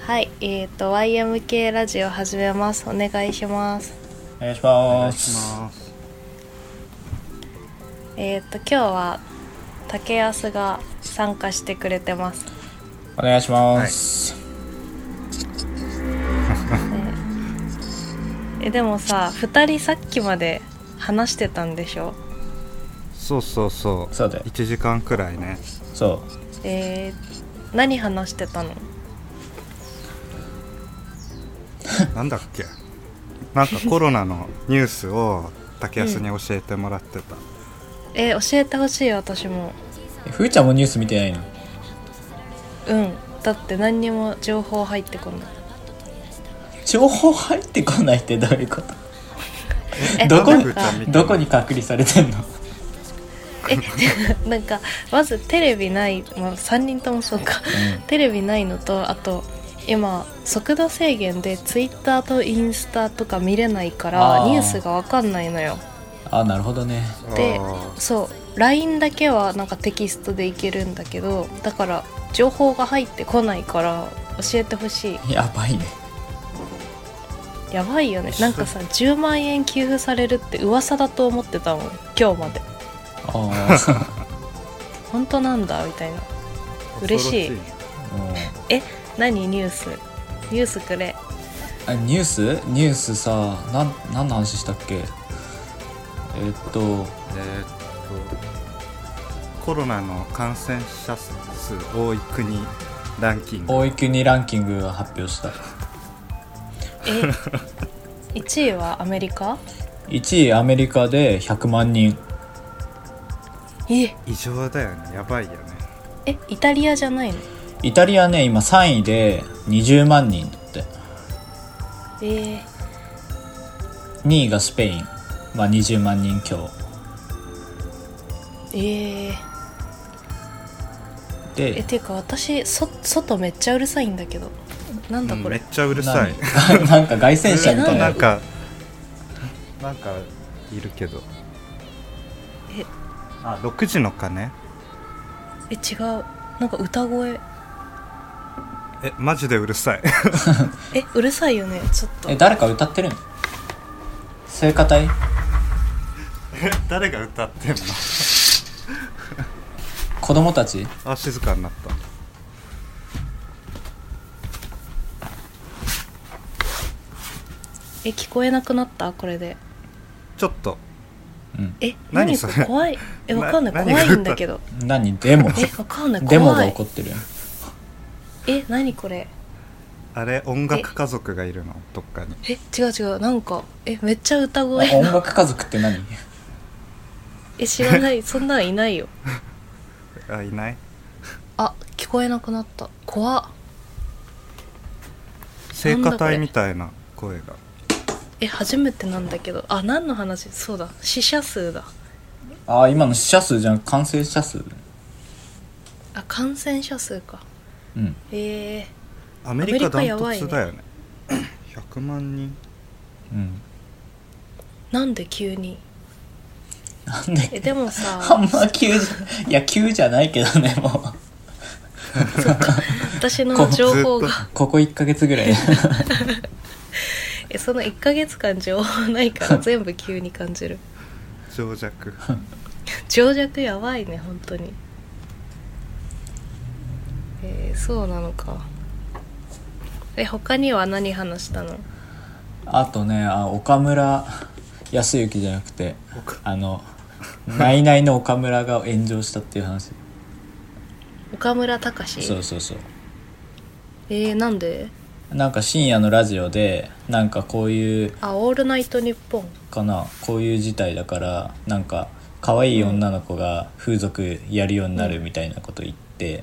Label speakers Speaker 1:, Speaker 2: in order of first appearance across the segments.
Speaker 1: はい、えっ、と YMK ラジオ始めます。お願いします。
Speaker 2: お願いし
Speaker 3: お願
Speaker 2: ま
Speaker 3: いし
Speaker 2: す
Speaker 3: ます
Speaker 1: えっ、と今日は竹安が参加してくれてます。
Speaker 2: お願いします、
Speaker 1: えでもさ、二人さっきまで話してたんでしょ。
Speaker 3: そうそうそう
Speaker 2: そうだよ
Speaker 3: 1時間くらいね
Speaker 2: そう
Speaker 1: えー、何話してたの？
Speaker 3: なんだっけなんかコロナのニュースを竹安に教えてもらってた、
Speaker 1: えー教えてほしい私も。
Speaker 2: えふーちゃんもニュース見てないの
Speaker 1: うん。だって何にも情報入ってこない。
Speaker 2: 情報入ってこないってどういうこと
Speaker 1: え
Speaker 2: どこ
Speaker 1: な
Speaker 2: に
Speaker 1: んか
Speaker 2: どこに隔離されてんの
Speaker 1: えなんかまずテレビない、まあ、3人ともそうか、
Speaker 2: うん
Speaker 1: テレビないのとあと今速度制限でツイッターとインスタとか見れないか
Speaker 2: あ
Speaker 1: ら
Speaker 2: ー
Speaker 1: ニュースが分かんないのよ
Speaker 2: あなるほどね
Speaker 1: で
Speaker 3: あ
Speaker 1: そう LINE だけはなんかテキストでいけるんだけどだから情報が入ってこないから教えてほし
Speaker 2: やばいね
Speaker 1: いやばいよねなんかさ10万円給付されるって噂だと思ってたもん今日まで
Speaker 2: あ あ
Speaker 1: 本当なんだみたいな
Speaker 3: ー
Speaker 1: 嬉しい
Speaker 3: 恐ろ
Speaker 1: え何ニュースニュースくれ
Speaker 2: あニュースニュースさなん何の話したっけえっと
Speaker 3: えーっとコロナの感染者数多い国ランキング
Speaker 2: 大い国ランキングが発表した
Speaker 1: え1位はアメリカ
Speaker 2: 1位アメリカで100万人
Speaker 1: え
Speaker 3: 異常だよねやばいよね
Speaker 1: えイタリアじゃないの
Speaker 2: イタリアね今3位で20万人だって
Speaker 1: え
Speaker 2: 2位がスペインまあ20万人強
Speaker 1: ー、えー、
Speaker 2: で
Speaker 1: えていうか私そ外めっちゃうるさいんだけどなんだ
Speaker 3: うん
Speaker 1: こ
Speaker 3: めっ
Speaker 1: れ、
Speaker 3: ちゃうるさい
Speaker 2: 何 なんか凱旋者みたい
Speaker 3: な
Speaker 2: なん
Speaker 3: かなんかいるけど
Speaker 1: え
Speaker 3: あ6時の鐘
Speaker 1: え違うなんか歌声
Speaker 3: えマジでうるさい
Speaker 1: えうるさいよねちょっと
Speaker 2: え誰か歌ってるの聖歌隊
Speaker 3: 誰が歌ってんの
Speaker 2: 子供たち
Speaker 3: あ静かになった
Speaker 1: え聞こえなくなったこれで
Speaker 3: ちょっと
Speaker 2: うん
Speaker 1: え
Speaker 3: 何
Speaker 1: こ
Speaker 3: それ
Speaker 1: れ怖いえわかんない
Speaker 3: な
Speaker 1: 怖いんだけど
Speaker 2: 何デモ
Speaker 1: えわかんない
Speaker 2: デモが
Speaker 1: 怖い
Speaker 2: 起こってる
Speaker 1: え何これ
Speaker 3: あれ音楽家族がいるのどっかに
Speaker 1: え違う違うなんかえめっちゃ歌声
Speaker 2: 音楽家族って何
Speaker 1: え知らないそんなんいないよ
Speaker 3: あいない
Speaker 1: あ聞こえなくなった怖っ
Speaker 3: 聖歌隊みたいな声が
Speaker 1: え初めてなんだけどあ何の話そうだ死者数だ
Speaker 2: ああ今の死者数じゃん感染者数
Speaker 1: あ感染者数か
Speaker 2: うん
Speaker 1: ええ
Speaker 3: アメリカ
Speaker 1: アメリカ
Speaker 3: ダ
Speaker 1: や
Speaker 3: ン
Speaker 1: ば
Speaker 3: ト
Speaker 1: いね
Speaker 3: ツだよね 100万人
Speaker 2: うん
Speaker 1: なんで急に
Speaker 2: なん
Speaker 1: え
Speaker 2: で
Speaker 1: でも
Speaker 2: あ
Speaker 1: さ
Speaker 2: んま急じゃいや急じゃないけどねもう
Speaker 1: 私の情報が
Speaker 3: ず
Speaker 2: ここ1ヶ 月ぐらい
Speaker 1: えその1ヶ月間情報ないから全部急に感じる
Speaker 3: 情弱
Speaker 1: 情弱やばいね本当にえー、そうなのかえ他には何話したの
Speaker 2: あとねあ岡村康之じゃなくてあのナイナイの岡村が炎上したっていう話
Speaker 1: 岡村隆史
Speaker 2: そうそうそう
Speaker 1: えー、なんで
Speaker 2: なんか深夜のラジオでなんかこういう
Speaker 1: あ「オールナイトニッポン
Speaker 2: かなこういう事態だからなんか可愛い女の子が風俗やるようになるみたいなこと言って、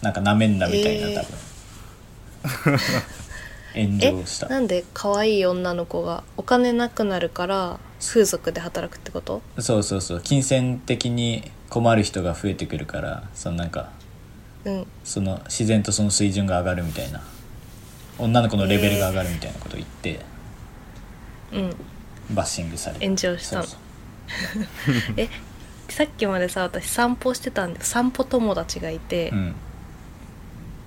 Speaker 2: なんかなめんなみたいな、
Speaker 1: えー
Speaker 2: 多分」
Speaker 1: え
Speaker 2: 炎上した
Speaker 1: なんで可愛い女の子がお金なくなるから風俗で働くってこと
Speaker 2: そうそうそう金銭的に困る人が増えてくるからそのなんか
Speaker 1: うん
Speaker 2: その自然とその水準が上がるみたいな女の子のレベルが上がるみたいなこと言って、
Speaker 1: うん
Speaker 2: バッシングされ
Speaker 1: 炎上したの
Speaker 2: そうそう
Speaker 1: えさっきまでさ私散歩してたんで散歩友達がいて、
Speaker 2: うん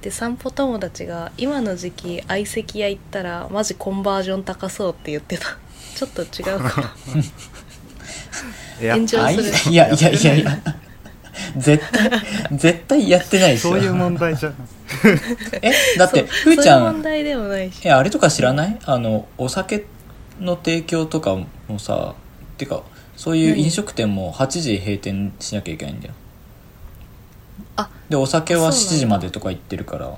Speaker 1: で散歩友達が今の時期相席屋行ったらマジコンバージョン高そうって言ってた ちょっと違うか
Speaker 3: いや
Speaker 1: 炎上
Speaker 2: あ
Speaker 1: す
Speaker 2: い
Speaker 1: る
Speaker 2: いやいやいやいや絶対絶対やってないでしょ
Speaker 3: そういう問題じゃん
Speaker 2: えだって
Speaker 1: そ
Speaker 2: ふ
Speaker 1: う
Speaker 2: ーち
Speaker 1: そうい
Speaker 2: ゃ
Speaker 1: う問
Speaker 2: ん
Speaker 1: 題でもないし
Speaker 2: えあれとか知らないあのお酒の提供とかもさてかそういう飲食店も8時閉店しなきゃいけないんだよ
Speaker 1: あ
Speaker 2: でお酒は
Speaker 1: あそうなんだ
Speaker 2: 7時までとか言ってるから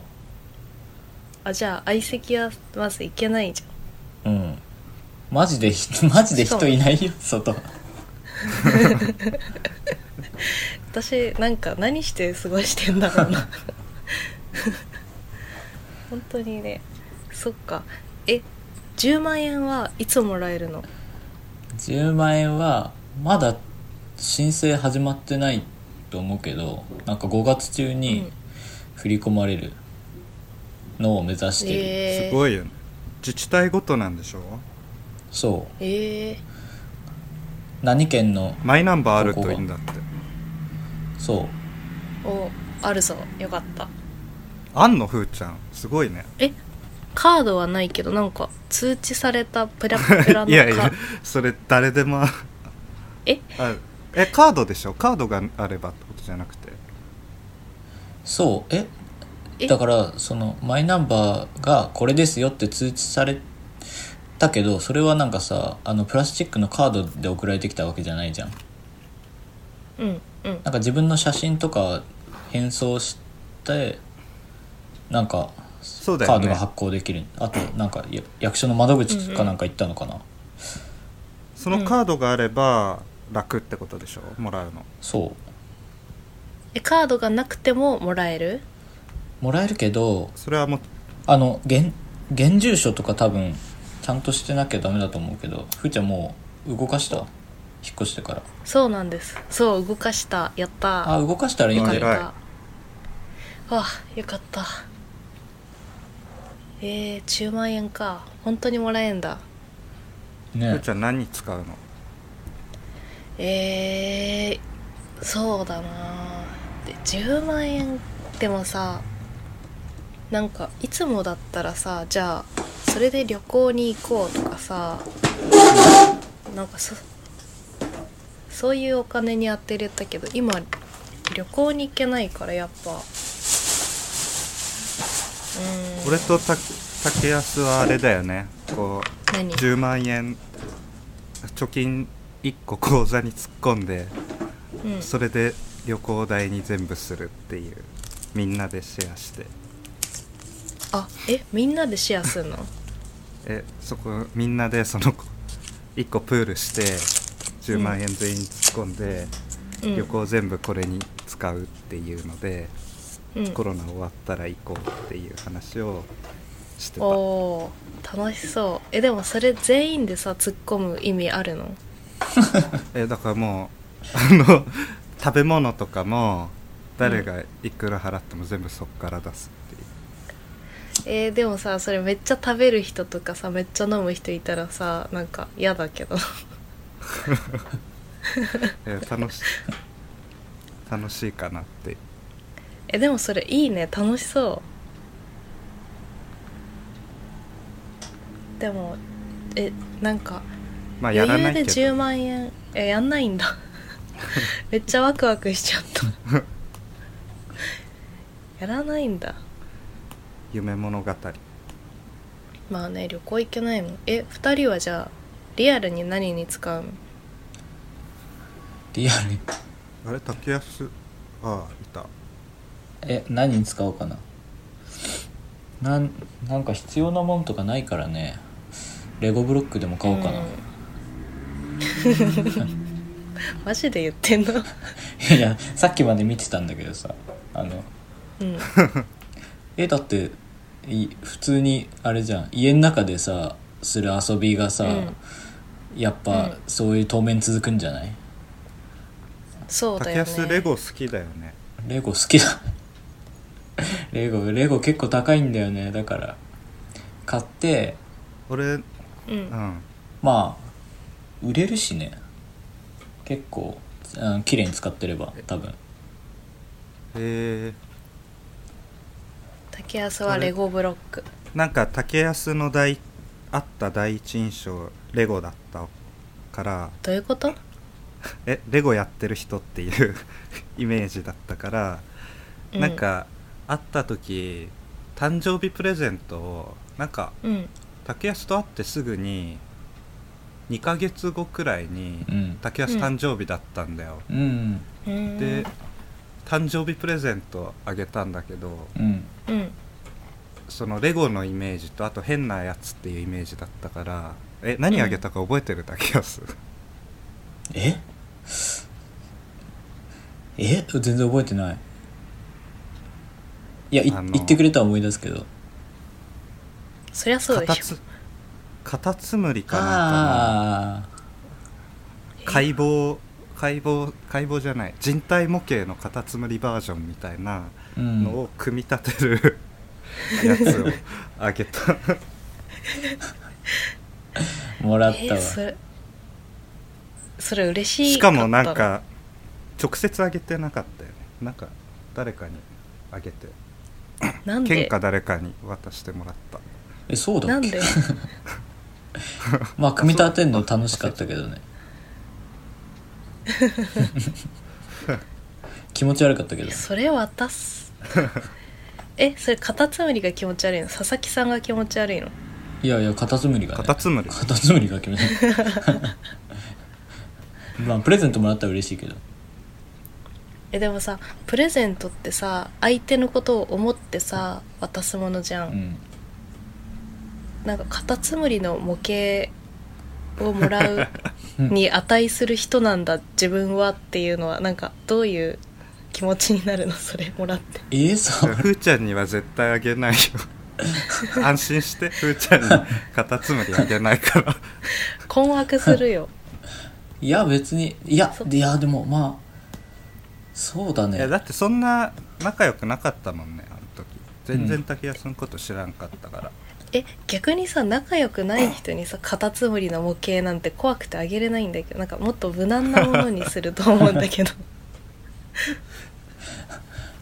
Speaker 1: あじゃあ相席屋まず行けないじゃ
Speaker 2: うんマジで 人マジで人いないよ外
Speaker 1: ん私なんか何して過ごしてんだろうな 本当にねそっかえ10万円はいつもらえるの
Speaker 2: 10万円はまだ申請始まってないと思うけどなんか5月中
Speaker 1: う
Speaker 2: に
Speaker 1: ん
Speaker 2: 振り込まれるのを目指してる、
Speaker 1: え
Speaker 3: す
Speaker 1: ー、
Speaker 3: ごいよね自治体ごとなんでしょ
Speaker 2: そう
Speaker 1: えー、
Speaker 2: 何県の
Speaker 3: マイナンバーあるといいんだって
Speaker 2: そう
Speaker 1: おあるぞよかった
Speaker 3: あんのふーちゃんすごいね
Speaker 1: えカードはないけどなんか通知されたプラプラのカ
Speaker 3: いやいやそれ誰でもあ
Speaker 1: え
Speaker 3: るえカードでしょカードがあればってことじゃなくて
Speaker 2: そうえ
Speaker 1: え
Speaker 2: だからそのマイナンバーがこれですよって通知されたけどそれはなんかさあのプラスチックのカードで送られてきたわけじゃないじゃん
Speaker 1: うんうん
Speaker 2: なんか自分の写真とか変装してなんか
Speaker 3: そうだ
Speaker 2: カー
Speaker 3: よ
Speaker 2: ド
Speaker 3: ね
Speaker 2: が発行できる、あとなんかや役所の窓口かなんか行ったのかな、
Speaker 3: そのカードがあれば楽ってことでしょもらうの
Speaker 2: そう
Speaker 1: えカードがなくてももらえる
Speaker 2: もらえるけど
Speaker 3: それはもう
Speaker 2: あの現現住所とか多分ちゃんとしてなきゃダメだと思うけどふーちゃんもう動かした引っ越してから
Speaker 1: そうなんですそう動かしたやった
Speaker 2: あ動かしたらいい
Speaker 1: よ
Speaker 2: ん
Speaker 1: か
Speaker 2: だ
Speaker 1: っ
Speaker 2: よ
Speaker 1: た
Speaker 3: 偉い
Speaker 1: わあよかったえー、10万円か本当にもらえんだ
Speaker 3: ふー
Speaker 2: ね
Speaker 3: ちゃん何に使うの
Speaker 1: えー、そうだなで10万円でもさなんかいつもだったらさじゃあそれで旅行に行こうとかさなんかそそういうお金に充てれたけど今旅行に行けないからやっぱうーん
Speaker 3: 俺とた竹安はあれだよねこう
Speaker 1: 何
Speaker 3: 10万円貯金1個口座に突っ込んで
Speaker 1: うん
Speaker 3: それで旅行代に全部するっていうみんなでシェアして
Speaker 1: あえみんなでシェアするの
Speaker 3: えそこみんなでその1個プールして10万円全員突っ込んで、
Speaker 1: うん
Speaker 3: 旅行全部これに使うっていうので、
Speaker 1: うん
Speaker 3: コロナ終わったら行こうっていう話をしてた
Speaker 1: おー楽しそうえでもそれ全員でさ突っ込む意味あるの
Speaker 3: えだからもうあの 食べ物とかも誰がいくら払っても全部そっから出すっていう、
Speaker 1: えーでもさそれめっちゃ食べる人とかさめっちゃ飲む人いたらさなんか嫌だけど
Speaker 3: え楽し楽しいかなって
Speaker 1: えでもそれいいね楽しそうでもえなんか
Speaker 3: まあ
Speaker 1: 余
Speaker 3: やらな
Speaker 1: 裕で
Speaker 3: いけ
Speaker 1: 10
Speaker 3: ど
Speaker 1: 万円えやんないんだ めっちゃワクワクしちゃったやらないんだ
Speaker 3: 夢物語
Speaker 1: まあね旅行行けないもんえ二人はじゃあリアルに何に使うの
Speaker 2: リアルに
Speaker 3: あれ竹安ああいた
Speaker 2: え何に使おうかななんなんか必要なもんとかないからねレゴブロックでも買おうかな、
Speaker 1: ん マジで言ってんの
Speaker 2: いやさっきまで見てたんだけどさあの
Speaker 1: うん
Speaker 2: えだってい普通にあれじゃん家の中でさする遊びがさ、
Speaker 1: うん
Speaker 2: やっぱ、
Speaker 1: うん
Speaker 2: そういう当面続くんじゃない
Speaker 1: そうだ
Speaker 3: 竹
Speaker 1: よ
Speaker 3: 安レ
Speaker 1: ね
Speaker 3: ゴ好きだよね
Speaker 2: レゴ好きだ レゴレゴ結構高いんだよねだから買って
Speaker 3: 俺うん
Speaker 1: うん
Speaker 2: まあ売れるしね結構あ綺麗に使ってれば多分
Speaker 3: えー
Speaker 1: 竹安はレゴブロック
Speaker 3: なんか竹安の第あった第一印象レゴだったから
Speaker 1: どういうこと
Speaker 3: えレゴやってる人っていう イメージだったから、
Speaker 1: うん
Speaker 3: なんか会った時誕生日プレゼントをなんか
Speaker 1: うん
Speaker 3: 竹安と会ってすぐに2ヶ月後くらいに
Speaker 2: うん
Speaker 3: 竹安誕生日だったんだよ、
Speaker 2: うん
Speaker 1: うん
Speaker 3: で誕生日プレゼントあげたんだけど
Speaker 2: うん
Speaker 1: うん
Speaker 3: そのレゴのイメージとあと変なやつっていうイメージだったからえ何あげたか覚えてる竹安
Speaker 2: ええ全然覚えてないいやい
Speaker 3: あの
Speaker 2: 言ってくれたら思い出すけど
Speaker 1: そりゃそう
Speaker 3: カ
Speaker 1: で
Speaker 3: タ
Speaker 1: しょ
Speaker 3: ツカタツムリかなんか
Speaker 2: ああ
Speaker 3: の解剖解剖解剖じゃない人体模型のカタツムリバージョンみたいな
Speaker 2: う
Speaker 3: の
Speaker 2: ん
Speaker 3: を組み立てるやつをあ げた
Speaker 2: もらった
Speaker 1: え
Speaker 2: わ
Speaker 1: それそれ嬉しい
Speaker 3: しかもなんか直接あげてなかったよねなんか誰かにあげて
Speaker 1: なん
Speaker 3: 県
Speaker 1: で
Speaker 3: か誰かに渡してもらった
Speaker 2: えそうだ
Speaker 1: な
Speaker 2: っ
Speaker 1: ん
Speaker 2: け
Speaker 1: で
Speaker 2: まあ組み立てんの楽しかったけ どね気持ち悪かったけど
Speaker 1: それ渡 すえそれカタツムリが気持ち悪いの佐々木さんが気持ち悪いの
Speaker 2: いやいやカタツムリがね
Speaker 3: カタツムリ
Speaker 2: カタツムリが気持ち悪 いまあプレゼントもらったら嬉しいけど
Speaker 1: えでもさプレゼントってさ相手のことを思ってさ渡すものじゃ、
Speaker 2: うんん
Speaker 1: なんかカタツムリの模型をもらうに値する人なんだ自分はっていうのはなんかどういう気持ちになるのそれもらって
Speaker 2: えー、そう
Speaker 3: ふーちゃんには絶対あげないよ安心してふーちゃんにカタツムリあげないから
Speaker 1: 困惑するよ
Speaker 2: いや別にいやいやでもまあそうだ
Speaker 3: いや
Speaker 2: ね
Speaker 3: だってそんな仲良くなかったもんねあの時全然竹安のこと知らんかったから、
Speaker 1: え逆にさ仲良くない人にさカタツムリの模型なんて怖くてあげれないんだけどなんかもっと無難なものにすると思うんだけど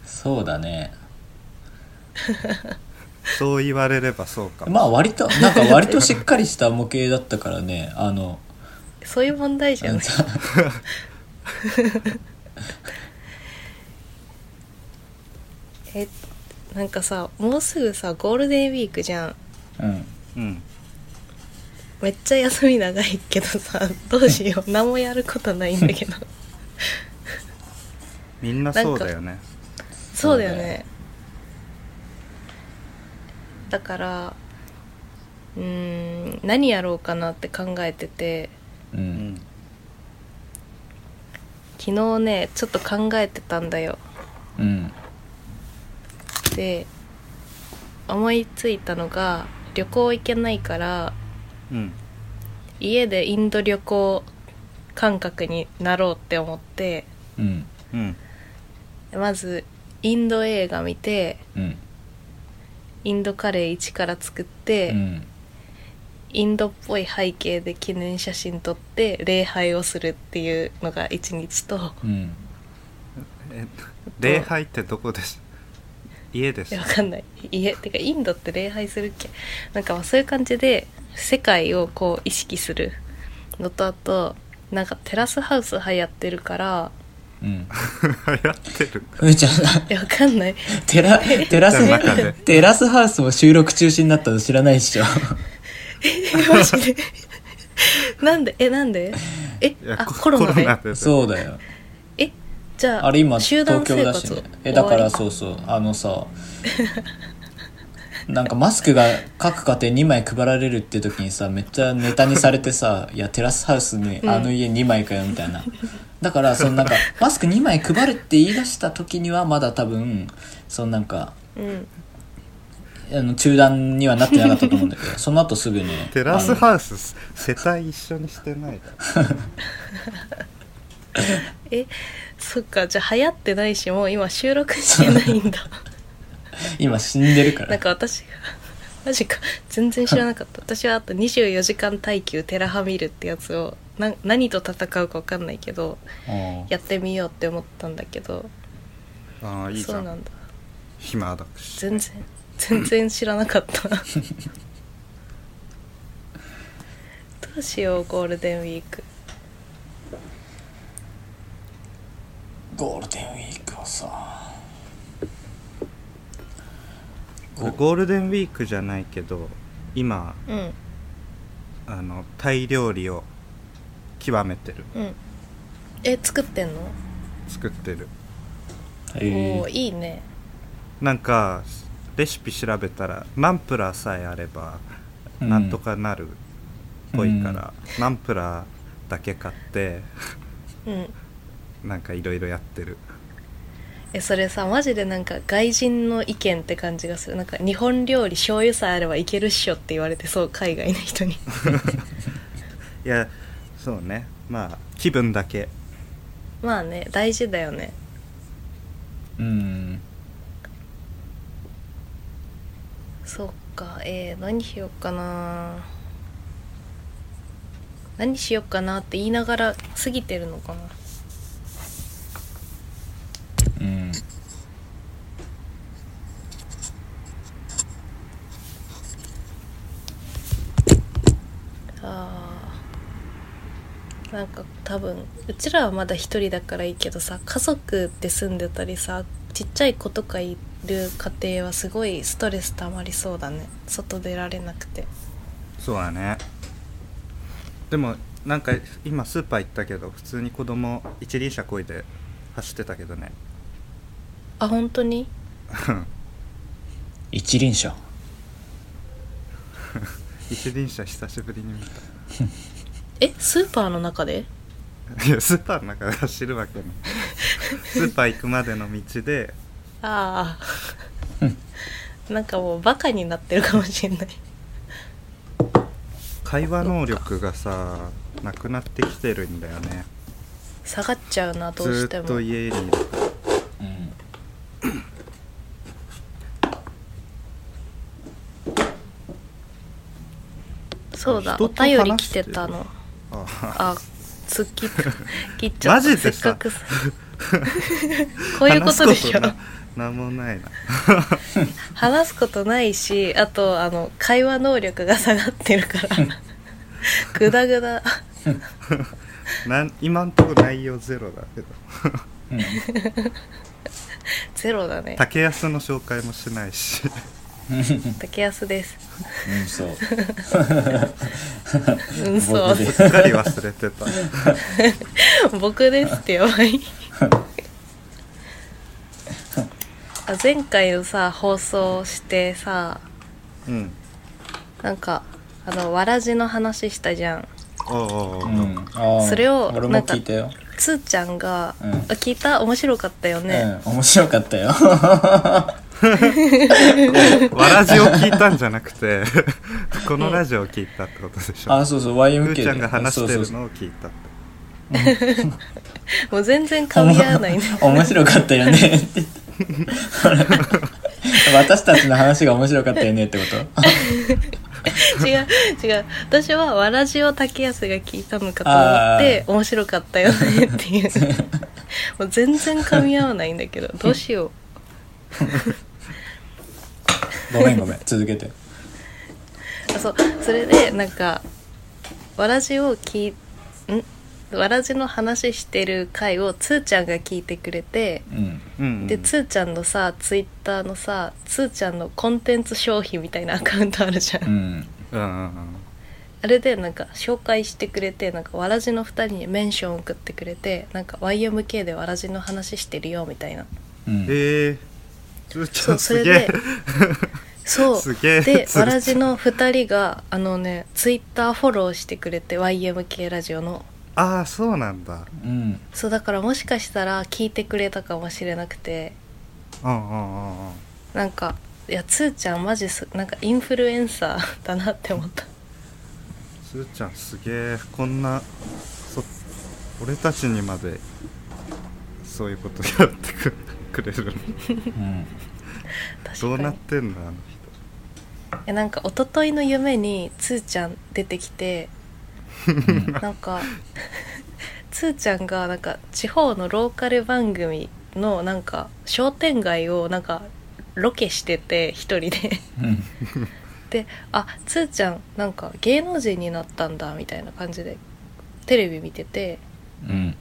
Speaker 2: そうだね
Speaker 3: そう言われればそうかも、
Speaker 2: まあ割となんか割としっかりした模型だったからねあの
Speaker 1: そういう問題じゃないえなんかさもうすぐさゴールデンウィークじゃん
Speaker 2: うん
Speaker 3: うん
Speaker 1: めっちゃ休み長いけどさ どうしよう何もやることないんだ けど
Speaker 3: みんなそうだよね
Speaker 1: そうだよ
Speaker 2: そうだ
Speaker 1: ねだからうーん何やろうかなって考えてて
Speaker 2: うん、
Speaker 3: うん
Speaker 1: 昨日ねちょっと考えてたんだよ
Speaker 2: うん
Speaker 1: で思いついたのが旅行行けないから
Speaker 3: うん
Speaker 1: 家でインド旅行感覚になろうって思って
Speaker 2: うん
Speaker 3: うん
Speaker 1: まずインド映画見て
Speaker 2: うん
Speaker 1: インドカレー一から作って、
Speaker 2: うん
Speaker 1: インドっぽい背景で記念写真撮って礼拝をするっていうのが一日と
Speaker 2: うん
Speaker 3: え礼拝ってどこです家です
Speaker 1: えわかんない家てかインドって礼拝するっけなんかまあそういう感じで世界をこう意識するのとあとなんかテラスハウス流行ってるから
Speaker 2: うん
Speaker 3: 流行ってる
Speaker 2: ふーちゃん
Speaker 1: えわかんない
Speaker 2: テラテラ
Speaker 3: じゃあ中で
Speaker 2: ステラスハウスも収録中止になったの知らないっしょ
Speaker 1: えマジでなんでえなんでえ
Speaker 3: いや
Speaker 1: あ
Speaker 3: コ
Speaker 1: コロナで
Speaker 3: で
Speaker 2: そうだよ
Speaker 1: えじゃあ
Speaker 2: あれ今
Speaker 1: 集団
Speaker 2: 東京
Speaker 1: 生
Speaker 2: だ
Speaker 1: 活
Speaker 2: しねえだから
Speaker 1: 終わ
Speaker 2: そうそうあのさなんかマスクが各家庭2枚配られるって時にさめっちゃネタにされて さ「いやテラスハウスに
Speaker 1: ん
Speaker 2: あの家2枚かよ」みたいな、だからそのなんかマスク2枚配るって言い出した時にはまだ多分そのなんか
Speaker 1: りうん
Speaker 2: あの中断にはなってなかったと思うん だけどその後すぐね
Speaker 3: テラス
Speaker 2: あの
Speaker 3: ハウス世帯一緒にしてないだろ
Speaker 1: えそっかじゃあ流行ってないしもう今収録してない んだ
Speaker 2: 今死んでるから
Speaker 1: なんか私マジか全然知らなかった私はあと24時間耐久テラハミルってやつをな何と戦うか分かんないけど
Speaker 2: うん
Speaker 1: やってみようって思ったんだけど
Speaker 3: ああいいじ
Speaker 1: そ
Speaker 3: ゃ
Speaker 1: うなんんだ
Speaker 3: 暇だし
Speaker 1: 全然全然知らなかった どうしようゴールデンウィーク
Speaker 2: ゴールデンウィークはさ
Speaker 3: これゴールデンウィークじゃないけど今
Speaker 1: うん
Speaker 3: あのタイ料理を極めてる
Speaker 1: うんえ作ってんの、
Speaker 3: 作ってる
Speaker 2: へ
Speaker 1: おー
Speaker 2: え
Speaker 1: いいね
Speaker 3: なんかレシピ調べたらナンプラーさえあれば
Speaker 2: うん
Speaker 3: なんとかなるっぽいから、ナンプラーだけ買って
Speaker 1: うん
Speaker 3: なんかいろいろやってる
Speaker 1: えそれさマジでなんか外人の意見って感じがするなんか日本料理醤油さえあればいけるっしょって言われてそう海外の人に
Speaker 3: いやそうねまあ気分だけ
Speaker 1: まあね大事だよね
Speaker 2: うん
Speaker 1: そっかえー、何しよっかな何しよっかなって言いながら過ぎてるのかな
Speaker 2: うん
Speaker 1: あーなんか多分うちらはまだ一人だからいいけどさ家族で住んでたりさちっちゃい子とかいる家庭はすごいストレス溜まりそうだね外出られなくて
Speaker 3: そうだねでもなんか今スーパー行ったけど普通に子供一輪車こいで走ってたけどね
Speaker 1: あ本当に
Speaker 2: 一輪車
Speaker 3: 一輪車久しぶりに見た
Speaker 1: えスーパーの中で
Speaker 3: いやスーパーの中で走る わけねスーパー行くまでの道で
Speaker 1: ああなんかもうバカになってるかもしれない
Speaker 3: 会話能力がさなくなってきてるんだよね
Speaker 1: 下がっちゃうなど
Speaker 3: ず
Speaker 1: うして
Speaker 3: ーっと
Speaker 1: も
Speaker 3: 家にいる
Speaker 2: うん
Speaker 1: そうだお
Speaker 3: 人と
Speaker 1: 便り
Speaker 3: 話
Speaker 1: 来
Speaker 3: して
Speaker 1: て
Speaker 3: る
Speaker 1: たの
Speaker 3: あ
Speaker 1: あ突っ切っ切っちゃっ
Speaker 3: マ
Speaker 1: た
Speaker 3: ジで
Speaker 1: せっ
Speaker 3: さ
Speaker 1: かくさこういうことでしょ
Speaker 3: 話すことななんもないな
Speaker 1: 話すことないしあとあの会話能力が下がってるからグダグダ
Speaker 3: なん今んとこ内容ゼロだけど
Speaker 2: うん
Speaker 1: ゼロだね
Speaker 3: 竹安の紹介もしないし
Speaker 1: 竹安です
Speaker 2: うんそう
Speaker 1: うんそう
Speaker 2: 僕です
Speaker 3: っかり忘れてた
Speaker 1: 僕ですってやばいあ前回のさ放送してさ
Speaker 3: うん
Speaker 1: なんかあのわらじの話したじゃん
Speaker 3: おうおうおう、
Speaker 2: うんあー
Speaker 1: それを
Speaker 2: 俺も
Speaker 1: なんか
Speaker 2: 聞いたよ
Speaker 1: つーちゃんが、
Speaker 2: うん
Speaker 1: あ聞いた面白かったよね、
Speaker 2: うん面白かったよ
Speaker 3: わらじを聞いたんじゃなくてこのラジオを聞いたってことでしょ、
Speaker 2: あそうそう YMK
Speaker 3: ふー
Speaker 2: で
Speaker 3: ちゃんが話して
Speaker 2: そう
Speaker 3: る
Speaker 2: そう
Speaker 3: のを聞いたって
Speaker 1: もう全然噛み合わない ね
Speaker 2: 面白かったよねって言って私たちの話が面白かったよねってこと
Speaker 1: 違う違う私はわらじを竹安が聞いたのかと思って面白かったよねっていう もう全然噛み合わないんだけどどうしよう
Speaker 2: ごめんごめん続けて
Speaker 1: あそうそれでなんかわらじを聞いんわらじの話してる回をつーちゃんが聞いてくれて
Speaker 2: うん
Speaker 3: うんうん
Speaker 1: でつーちゃんのさツイッターのさつーちゃんのコンテンツ消費みたいなアカウントあるじゃん、
Speaker 2: うん
Speaker 3: うんうん
Speaker 1: あれでなんか紹介してくれてなんかわらじの2人にメンション送ってくれてなんか YMK でわらじの話してるよみたいな
Speaker 2: うん
Speaker 3: ええー、ふーちゃ
Speaker 1: そ
Speaker 3: ん
Speaker 1: うそ
Speaker 3: す
Speaker 1: れ
Speaker 3: げ
Speaker 1: で
Speaker 3: え
Speaker 1: そう
Speaker 3: すげえ
Speaker 1: で
Speaker 3: つーちゃ
Speaker 1: わ
Speaker 3: ん
Speaker 1: らじの2人があのねツイッターフォローしてくれて YMK ラジオの
Speaker 3: ああそうなんだ
Speaker 2: うん
Speaker 1: そうだからもしかしたら聞いてくれたかもしれなくて
Speaker 3: うんうんうんうん
Speaker 1: なんかいやつーちゃんマジすなんかインフルエンサーだなって思った
Speaker 3: すーちゃんすげえこんなそ俺たちにまでそういうことやってくくれる
Speaker 2: う
Speaker 3: の
Speaker 2: ん
Speaker 3: ど
Speaker 1: 確
Speaker 3: う
Speaker 1: か
Speaker 3: なっ
Speaker 1: に
Speaker 3: てんだあの
Speaker 1: えなんか一昨日の夢につーちゃん出てきて
Speaker 2: うん
Speaker 1: なんかつーちゃんがなんか地方のローカル番組のなんか商店街をなんかロケしてて一人で
Speaker 2: うん
Speaker 1: で「あつーちゃんなんか芸能人になったんだ」みたいな感じでテレビ見てて
Speaker 2: うん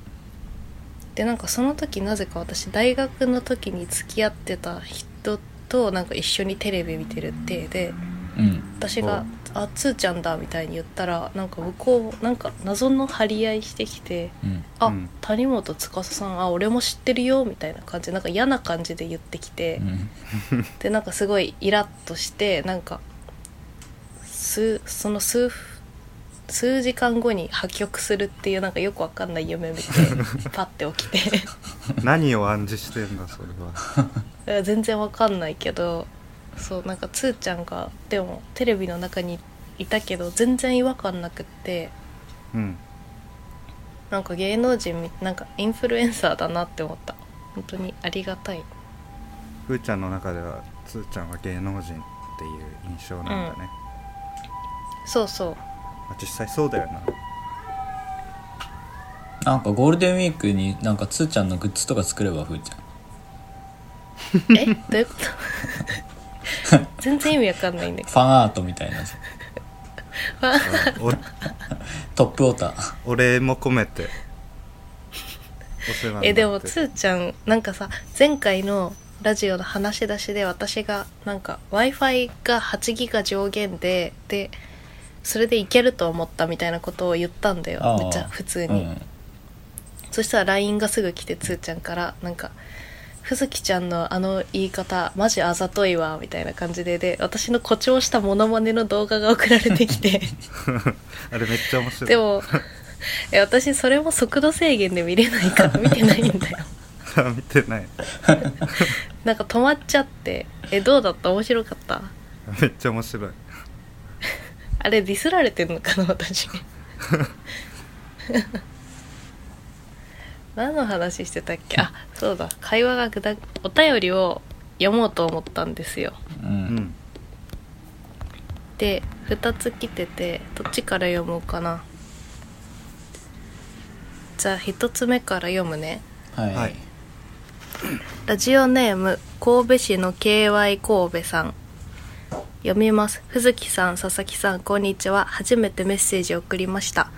Speaker 1: でなんかその時なぜか私大学の時に付き合ってた人となんか一緒にテレビ見てる体で
Speaker 2: うん
Speaker 1: 私が「あつーちゃんだ」みたいに言ったらなんか向こうなんか謎の張り合いしてきて
Speaker 2: うん
Speaker 1: 「あ、
Speaker 3: うん
Speaker 1: 谷本司さんあ俺も知ってるよ」みたいな感じでなんか嫌な感じで言ってきて、
Speaker 2: うん
Speaker 1: でなんかすごいイラッとしてなんか数その数数時間後に破局するっていうなんかよくわかんない夢見てパッて起きて。
Speaker 3: 何を暗示してんだそれは
Speaker 1: え全然わかんないけどそうなんかつーちゃんがでもテレビの中にいたけど全然違和感なくって
Speaker 3: うん
Speaker 1: なんか芸能人みなんかインフルエンサーだなって思った本当にありがたい
Speaker 3: ふーちゃんの中ではつーちゃんは芸能人っていう印象なんだね、
Speaker 1: そうそう
Speaker 3: まあ実際そうだよな
Speaker 2: なんかゴールデンウィークになんかつーちゃんのグッズとか作ればふーちゃん
Speaker 1: えどういうこと 全然意味わかんないんだけ
Speaker 2: ファンアートみたいなさトップオーター
Speaker 3: おお 礼も込めてお世話にな
Speaker 1: ど
Speaker 3: って
Speaker 1: えでもつーちゃんなんかさ前回のラジオの話し出しで私がなんか w i f i が8ギガ上限ででそれでいけると思ったみたいなことを言ったんだよ
Speaker 2: あー
Speaker 1: めっちゃ普通
Speaker 2: う
Speaker 1: に、
Speaker 2: ん
Speaker 1: そしたら LINE がすぐ来てつーちゃんからなんか「ふずきちゃんのあの言い方マジあざといわ」みたいな感じでで私の誇張したモノマネの動画が送られてきて
Speaker 3: あれめっちゃ面白い
Speaker 1: でも え私それも速度制限で見れない から見てないんだよ
Speaker 3: 見てない
Speaker 1: なんか止まっちゃってえどうだった面白かった
Speaker 3: めっちゃ面白い
Speaker 1: あれディスられてんのかな 私何の話してたっけあそうだ会話がぐだお便りを読もうと思ったんですよ
Speaker 2: う
Speaker 3: うんん
Speaker 1: で2つ来ててどっちから読もうかなじゃあ1つ目から読むね
Speaker 2: はい、
Speaker 3: はい
Speaker 1: ラジオネーム神戸市の KY 神戸さん読みます藤木さん佐々木さんこんにちは初めてメッセージを送りました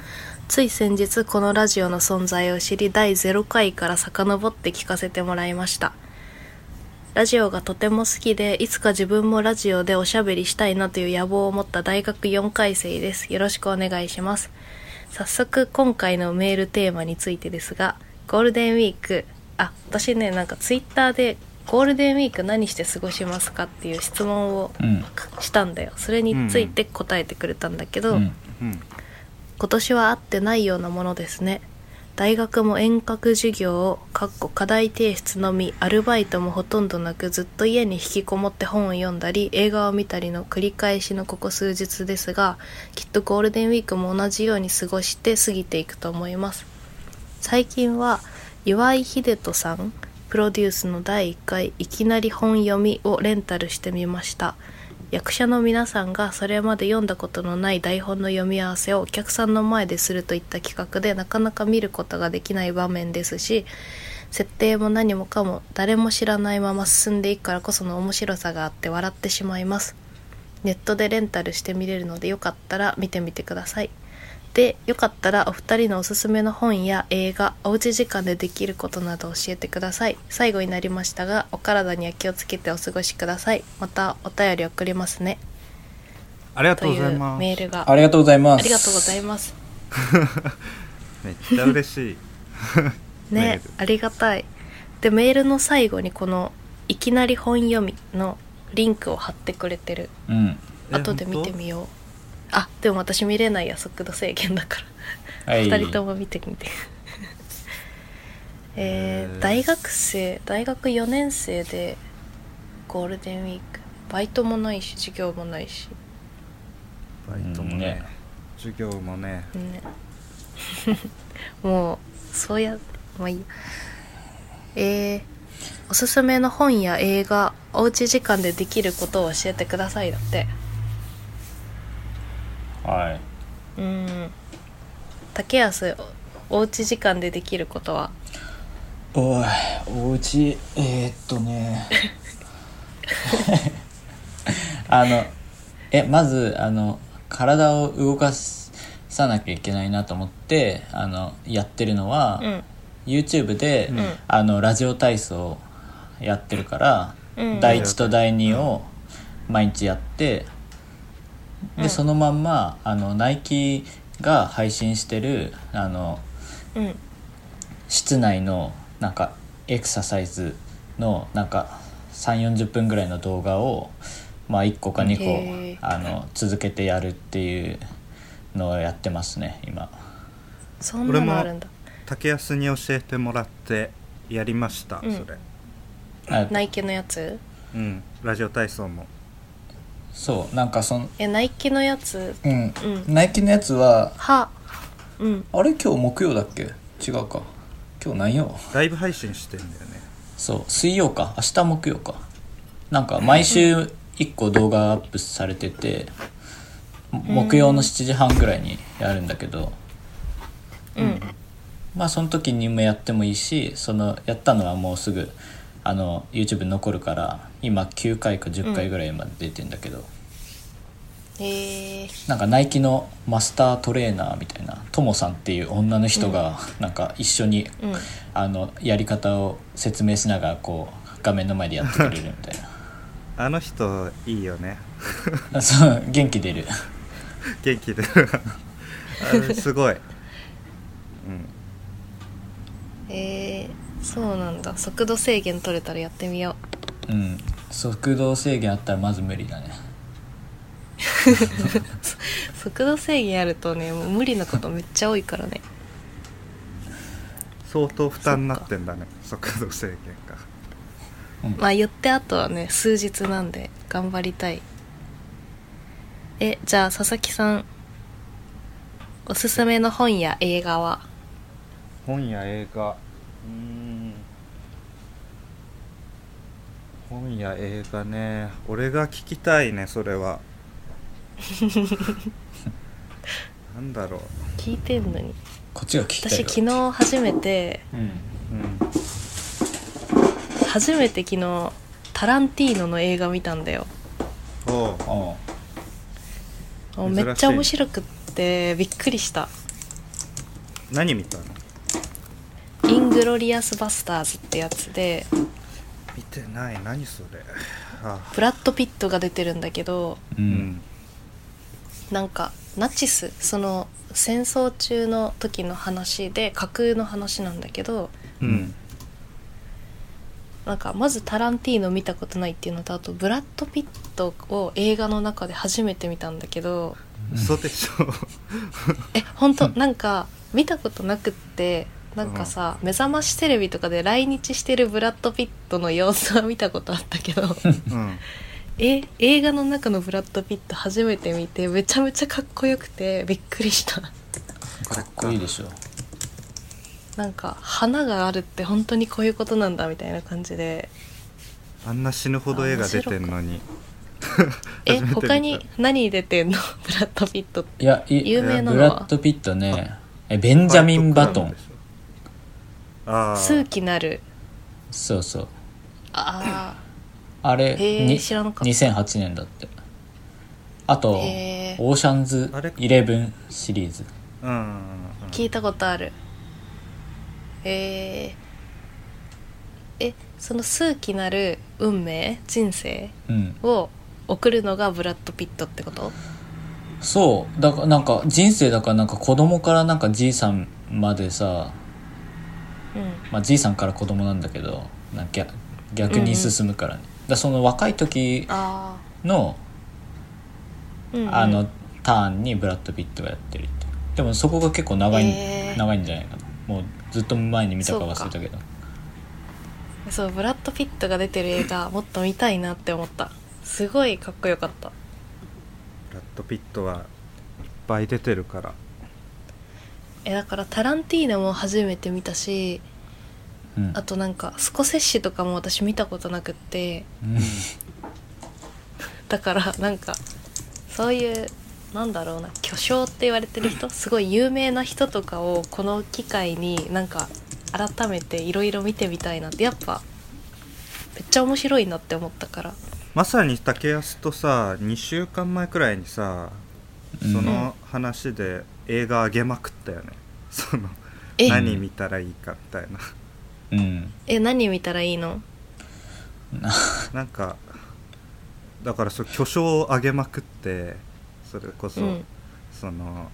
Speaker 1: つい先日このラジオの存在を知り第0回から遡って聞かせてもらいましたラジオがとても好きでいつか自分もラジオでおしゃべりしたいなという野望を持った大学4回生ですよろしくお願いします早速今回のメールテーマについてですがゴールデンウィークあ私ねなんかツイッターでゴールデンウィーク何して過ごしますかっていう質問を
Speaker 2: うん
Speaker 1: したんだよそれについて答えてくれたんだけど、
Speaker 2: うん
Speaker 3: うん
Speaker 1: 今年は会ってないようなものですね大学も遠隔授業をかっこ課題提出のみアルバイトもほとんどなくずっと家に引きこもって本を読んだり映画を見たりの繰り返しのここ数日ですがきっとゴールデンウィークも同じように過ごして過ぎていくと思います最近は岩井秀人さんプロデュースの第1回「いきなり本読み」をレンタルしてみました役者の皆さんがそれまで読んだことのない台本の読み合わせをお客さんの前でするといった企画でなかなか見ることができない場面ですし設定も何もかも誰も知らないまま進んでいくからこその面白さがあって笑ってしまいますネットでレンタルして見れるのでよかったら見てみてくださいでよかったらお二人のおすすめの本や映画おうち時間でできることなど教えてください最後になりましたがお体には気をつけてお過ごしくださいまたお便り送りますね
Speaker 3: ありが
Speaker 1: と
Speaker 3: とうご
Speaker 1: い
Speaker 3: ざいうます
Speaker 1: メールが
Speaker 2: ありがとうございます
Speaker 1: ありがとうございます
Speaker 3: めっちゃ嬉し いメ
Speaker 1: ね
Speaker 3: ール
Speaker 1: ありがたいでメールの最後にこの「いきなり本読み」のリンクを貼ってくれてる
Speaker 2: うん
Speaker 3: え
Speaker 1: 後で見てみようあでも私見れないや速度制限だから
Speaker 2: はい
Speaker 1: 2人とも見てみてえー
Speaker 3: えー
Speaker 1: 大学生大学4年生でゴールデンウィークバイトもないし授業もないし、
Speaker 3: バイトもね,、
Speaker 2: うんね
Speaker 3: 授業もね
Speaker 1: ね、 もうそうやまあいいやえーおすすめの本や映画おうち時間でできることを教えてくださいだって
Speaker 2: はい
Speaker 1: うん竹安おおうち時間でできることは
Speaker 2: おいおうちえー、っとね あのえまずあの体を動かさなきゃいけないなと思ってあのやってるのは、
Speaker 1: うん
Speaker 2: YouTube で、
Speaker 3: うん
Speaker 2: あのラジオ体操やってるから、
Speaker 1: うん
Speaker 2: 第1と第2を毎日やって、
Speaker 1: うん
Speaker 2: でそのまんまあのナイキが配信してるあの
Speaker 1: うん
Speaker 2: 室内のなんかエクササイズのなんか3 4 0分ぐらいの動画を、まあ、1個か2
Speaker 1: へー
Speaker 2: 個あの続けてやるっていうのをやってますね今
Speaker 1: そんなのあるんだ
Speaker 3: 竹安に教えてもらってやりました、
Speaker 1: うん
Speaker 3: それ
Speaker 2: あ
Speaker 1: ナイキのやつ
Speaker 3: うんラジオ体操も
Speaker 2: そうなんかその、
Speaker 1: えナイキのやつ
Speaker 2: うん、
Speaker 1: うん
Speaker 2: ナイキのやつは
Speaker 1: はうん
Speaker 2: あれ今日木曜だっけ違うか今日何曜
Speaker 3: ライブ配信してんだよね
Speaker 2: そう水曜か明日木曜かなんか毎週1個動画アップされてて木曜の7時半ぐらいにやるんだけど
Speaker 1: うん
Speaker 2: まあその時にもやってもいいしそのやったのはもうすぐあの YouTube 残るから今9回か10回ぐらいまで出てんだけど、
Speaker 1: えー、
Speaker 2: なんかナイキのマスタートレーナーみたいなトモさんっていう女の人がなんか一緒に、
Speaker 1: うん
Speaker 2: あのやり方を説明しながらこう画面の前でやってくれるみたい
Speaker 3: あの人いいよね
Speaker 2: なそう元気出る
Speaker 3: 元 気であれすごい、うん、
Speaker 1: えー、そうなんだ速度制限取れたらやってみよ
Speaker 2: うん速度制限あったらまず無理だね
Speaker 1: う速度制限あるとねもう無理なことめっちゃ多いからね
Speaker 3: 相当負担になってんだね速度制限が
Speaker 1: まあ言ってあとはね数日なんで頑張りたいえじゃあ佐々木さんおすすめの本や映画は
Speaker 3: 本や映画うーん本や映画ね俺が聞きたいねそれ はなんだろう、
Speaker 1: 聞いてんのに
Speaker 2: こっちが聞きた
Speaker 1: 私
Speaker 2: い
Speaker 1: 昨日初めて
Speaker 2: うん
Speaker 3: うん、
Speaker 1: 初めて昨日タランティーノの映画見たんだよ
Speaker 3: おう
Speaker 2: あ
Speaker 1: もう
Speaker 3: 珍しい
Speaker 1: めっちゃ面白くってびっくりした
Speaker 3: 何見たの
Speaker 1: 「イングロリアス・バスターズ」ってやつで
Speaker 3: 見てない何それあ
Speaker 1: ブラッド・ピットが出てるんだけど
Speaker 2: う、
Speaker 3: うん
Speaker 1: なんかナチスその戦争中の時の話で架空の話なんだけど
Speaker 2: う
Speaker 3: う
Speaker 2: んん
Speaker 1: なんかまずタランティーノ見たことないっていうのとあとブラッド・ピットを映画の中で初めて見たんだけど
Speaker 3: 嘘でしょ
Speaker 1: え本当なんか見たことなくってなんかさ、目覚ましテレビとかで来日してるブラッド・ピットの様子は見たことあったけど
Speaker 3: うん
Speaker 1: え映画の中のブラッド・ピット初めて見てめちゃめちゃかっこよくてびっくりした
Speaker 2: かっこいいでしょ
Speaker 1: なんか花があるって本当にこういうことなんだみたいな感じで
Speaker 3: あんな死ぬほど絵が出てんのに
Speaker 1: え
Speaker 3: 初めて見た
Speaker 1: 他に何出てんの ブラッド・ピットって
Speaker 2: いやい
Speaker 1: 有名な
Speaker 2: ブ
Speaker 1: の
Speaker 2: ラッ
Speaker 1: は
Speaker 2: ド・ピットねえベンジャミン・バト
Speaker 3: ファ
Speaker 2: ン
Speaker 3: イトクラブでしょああ
Speaker 1: 数奇なる
Speaker 2: そうそう
Speaker 1: あ
Speaker 2: あれ
Speaker 1: へー
Speaker 2: に
Speaker 1: 知らなかった
Speaker 2: 2008年だってあと
Speaker 1: へー
Speaker 2: 「オーシャンズ
Speaker 3: あれ
Speaker 2: 11」シリーズ
Speaker 3: うんうんうんうん
Speaker 1: あ聞いたことあるえー、えその数奇なる運命人生
Speaker 2: うん
Speaker 1: を送るのがブラッド・ピットってこと
Speaker 2: そうだからなんか人生だからなんか子供からなんかじいさんまでさ、
Speaker 1: うん
Speaker 2: まあ、じいさんから子供なんだけどなんか逆逆に進むからね、だからその若い時
Speaker 1: あ
Speaker 2: の
Speaker 1: ー、うんうん、
Speaker 2: あのターンにブラッド・ピットがやってるってでもそこが結構長い、
Speaker 1: へー
Speaker 2: 長いんじゃないかなもうずっと前に見たか忘れたけど
Speaker 1: そうブラッド・ピットが出てる映画もっと見たいなって思ったすごいかっこよかった
Speaker 3: ブラッド・ピットはいっぱい出てるから
Speaker 1: えだからタランティーノも初めて見たし
Speaker 2: うん
Speaker 1: あとなんかスコセッシとかも私見たことなくって
Speaker 2: うん
Speaker 1: だからなんかそういうなんだろうな巨匠って言われてる人すごい有名な人とかをこの機会になんか改めていろいろ見てみたいなってやっぱめっちゃ面白いなって思ったから
Speaker 3: まさに竹安とさ2週間前くらいにさその話で映画あげまくったよね、 その
Speaker 1: え
Speaker 3: 何見たらいいかみたいな
Speaker 2: うん
Speaker 1: え何見たらいいの
Speaker 3: なんかだからそう巨匠を上げまくってそれこそ、
Speaker 1: うん
Speaker 3: その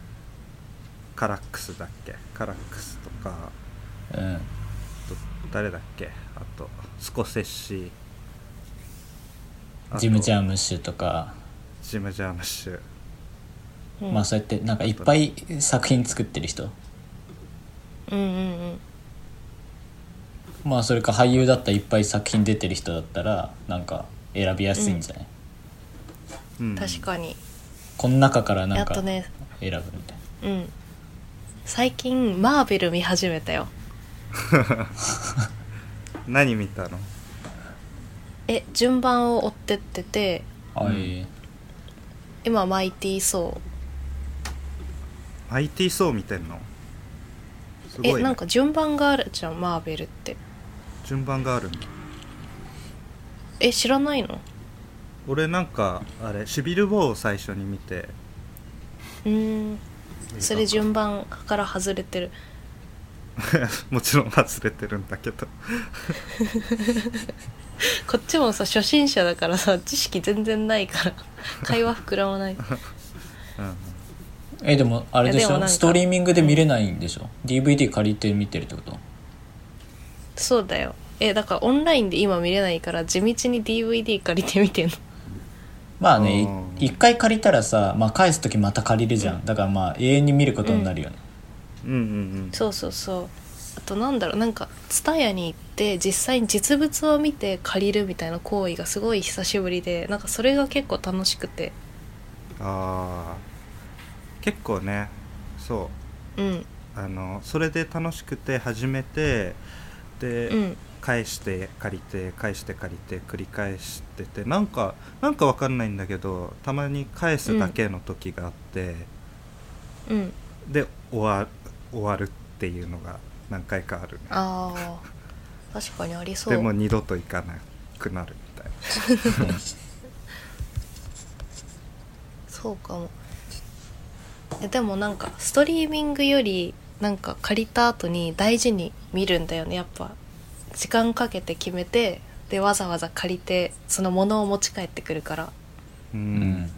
Speaker 3: カラックスだっけカラックスとか
Speaker 2: うん
Speaker 3: あと誰だっけあとスコセッシあと
Speaker 2: ジム・ジャームッシュとか、
Speaker 3: ジム・ジャームッシュ
Speaker 1: うん
Speaker 2: まあそうやってなんかいっぱい作品作ってる人
Speaker 1: うんうんうん
Speaker 2: まあそれか俳優だったらいっぱい作品出てる人だったらなんか選びやすいんじゃない、
Speaker 3: うん
Speaker 1: 確かに、
Speaker 2: この中からなん
Speaker 1: あ
Speaker 2: か
Speaker 1: と
Speaker 2: 選ぶ
Speaker 1: ね
Speaker 2: みたいな、
Speaker 1: うん最近マーベル見始めたよ
Speaker 3: 何見たの
Speaker 1: え順番を追ってってて
Speaker 2: あいい
Speaker 1: 今マイティー・ソ
Speaker 3: IT 層見てんのす
Speaker 1: ー、
Speaker 3: ごい、
Speaker 1: え
Speaker 3: ね、
Speaker 1: なんか順番があるじゃんマーベルって
Speaker 3: 順番があるんだ
Speaker 1: え知らないの
Speaker 3: 俺なんかあれシビル・ウォーを最初に見て
Speaker 1: うーんそれ順番から外れてる
Speaker 3: もちろん 忘れてるんだけど
Speaker 1: こっちもさ初心者だからさ知識全然ない から会話膨らまない
Speaker 3: うん
Speaker 2: えでもあれでし
Speaker 1: いやでも
Speaker 2: ょ
Speaker 1: なんか
Speaker 2: ストリーミングで見れないんでしょ DVD 借りて見てるってこと
Speaker 1: そうだよえだからオンラインで今見れないから地道に DVD 借りてみてんの
Speaker 2: まあね
Speaker 3: うん
Speaker 2: い一回借りたらさ、まあ、返す時また借りるじゃんだからまあ永遠に見ることになるよね、
Speaker 3: うんうん
Speaker 1: そうそうそうあとなんだろうなんか TSUTAYA に行って実際に実物を見て借りるみたいな行為がすごい久しぶりでなんかそれが結構楽しくて
Speaker 3: うんああ結構ねそ
Speaker 1: うん
Speaker 3: うあのそれで楽しくて始めてで、
Speaker 1: うん
Speaker 3: 返して借りて返して借りて繰り返しててなんかなんかわかんないんだけどたまに返すだけの時があって、
Speaker 1: うん
Speaker 3: で終わ終わるっていうのが何回かあるね
Speaker 1: あー確かにありそう
Speaker 3: でも二度と行かなくなるみたいな
Speaker 1: そうかもえでもなんかストリーミングよりなんか借りた後に大事に見るんだよねやっぱ時間かけて決めてでわざわざ借りてそのものを持ち帰ってくるから
Speaker 3: う
Speaker 2: うん
Speaker 3: ん、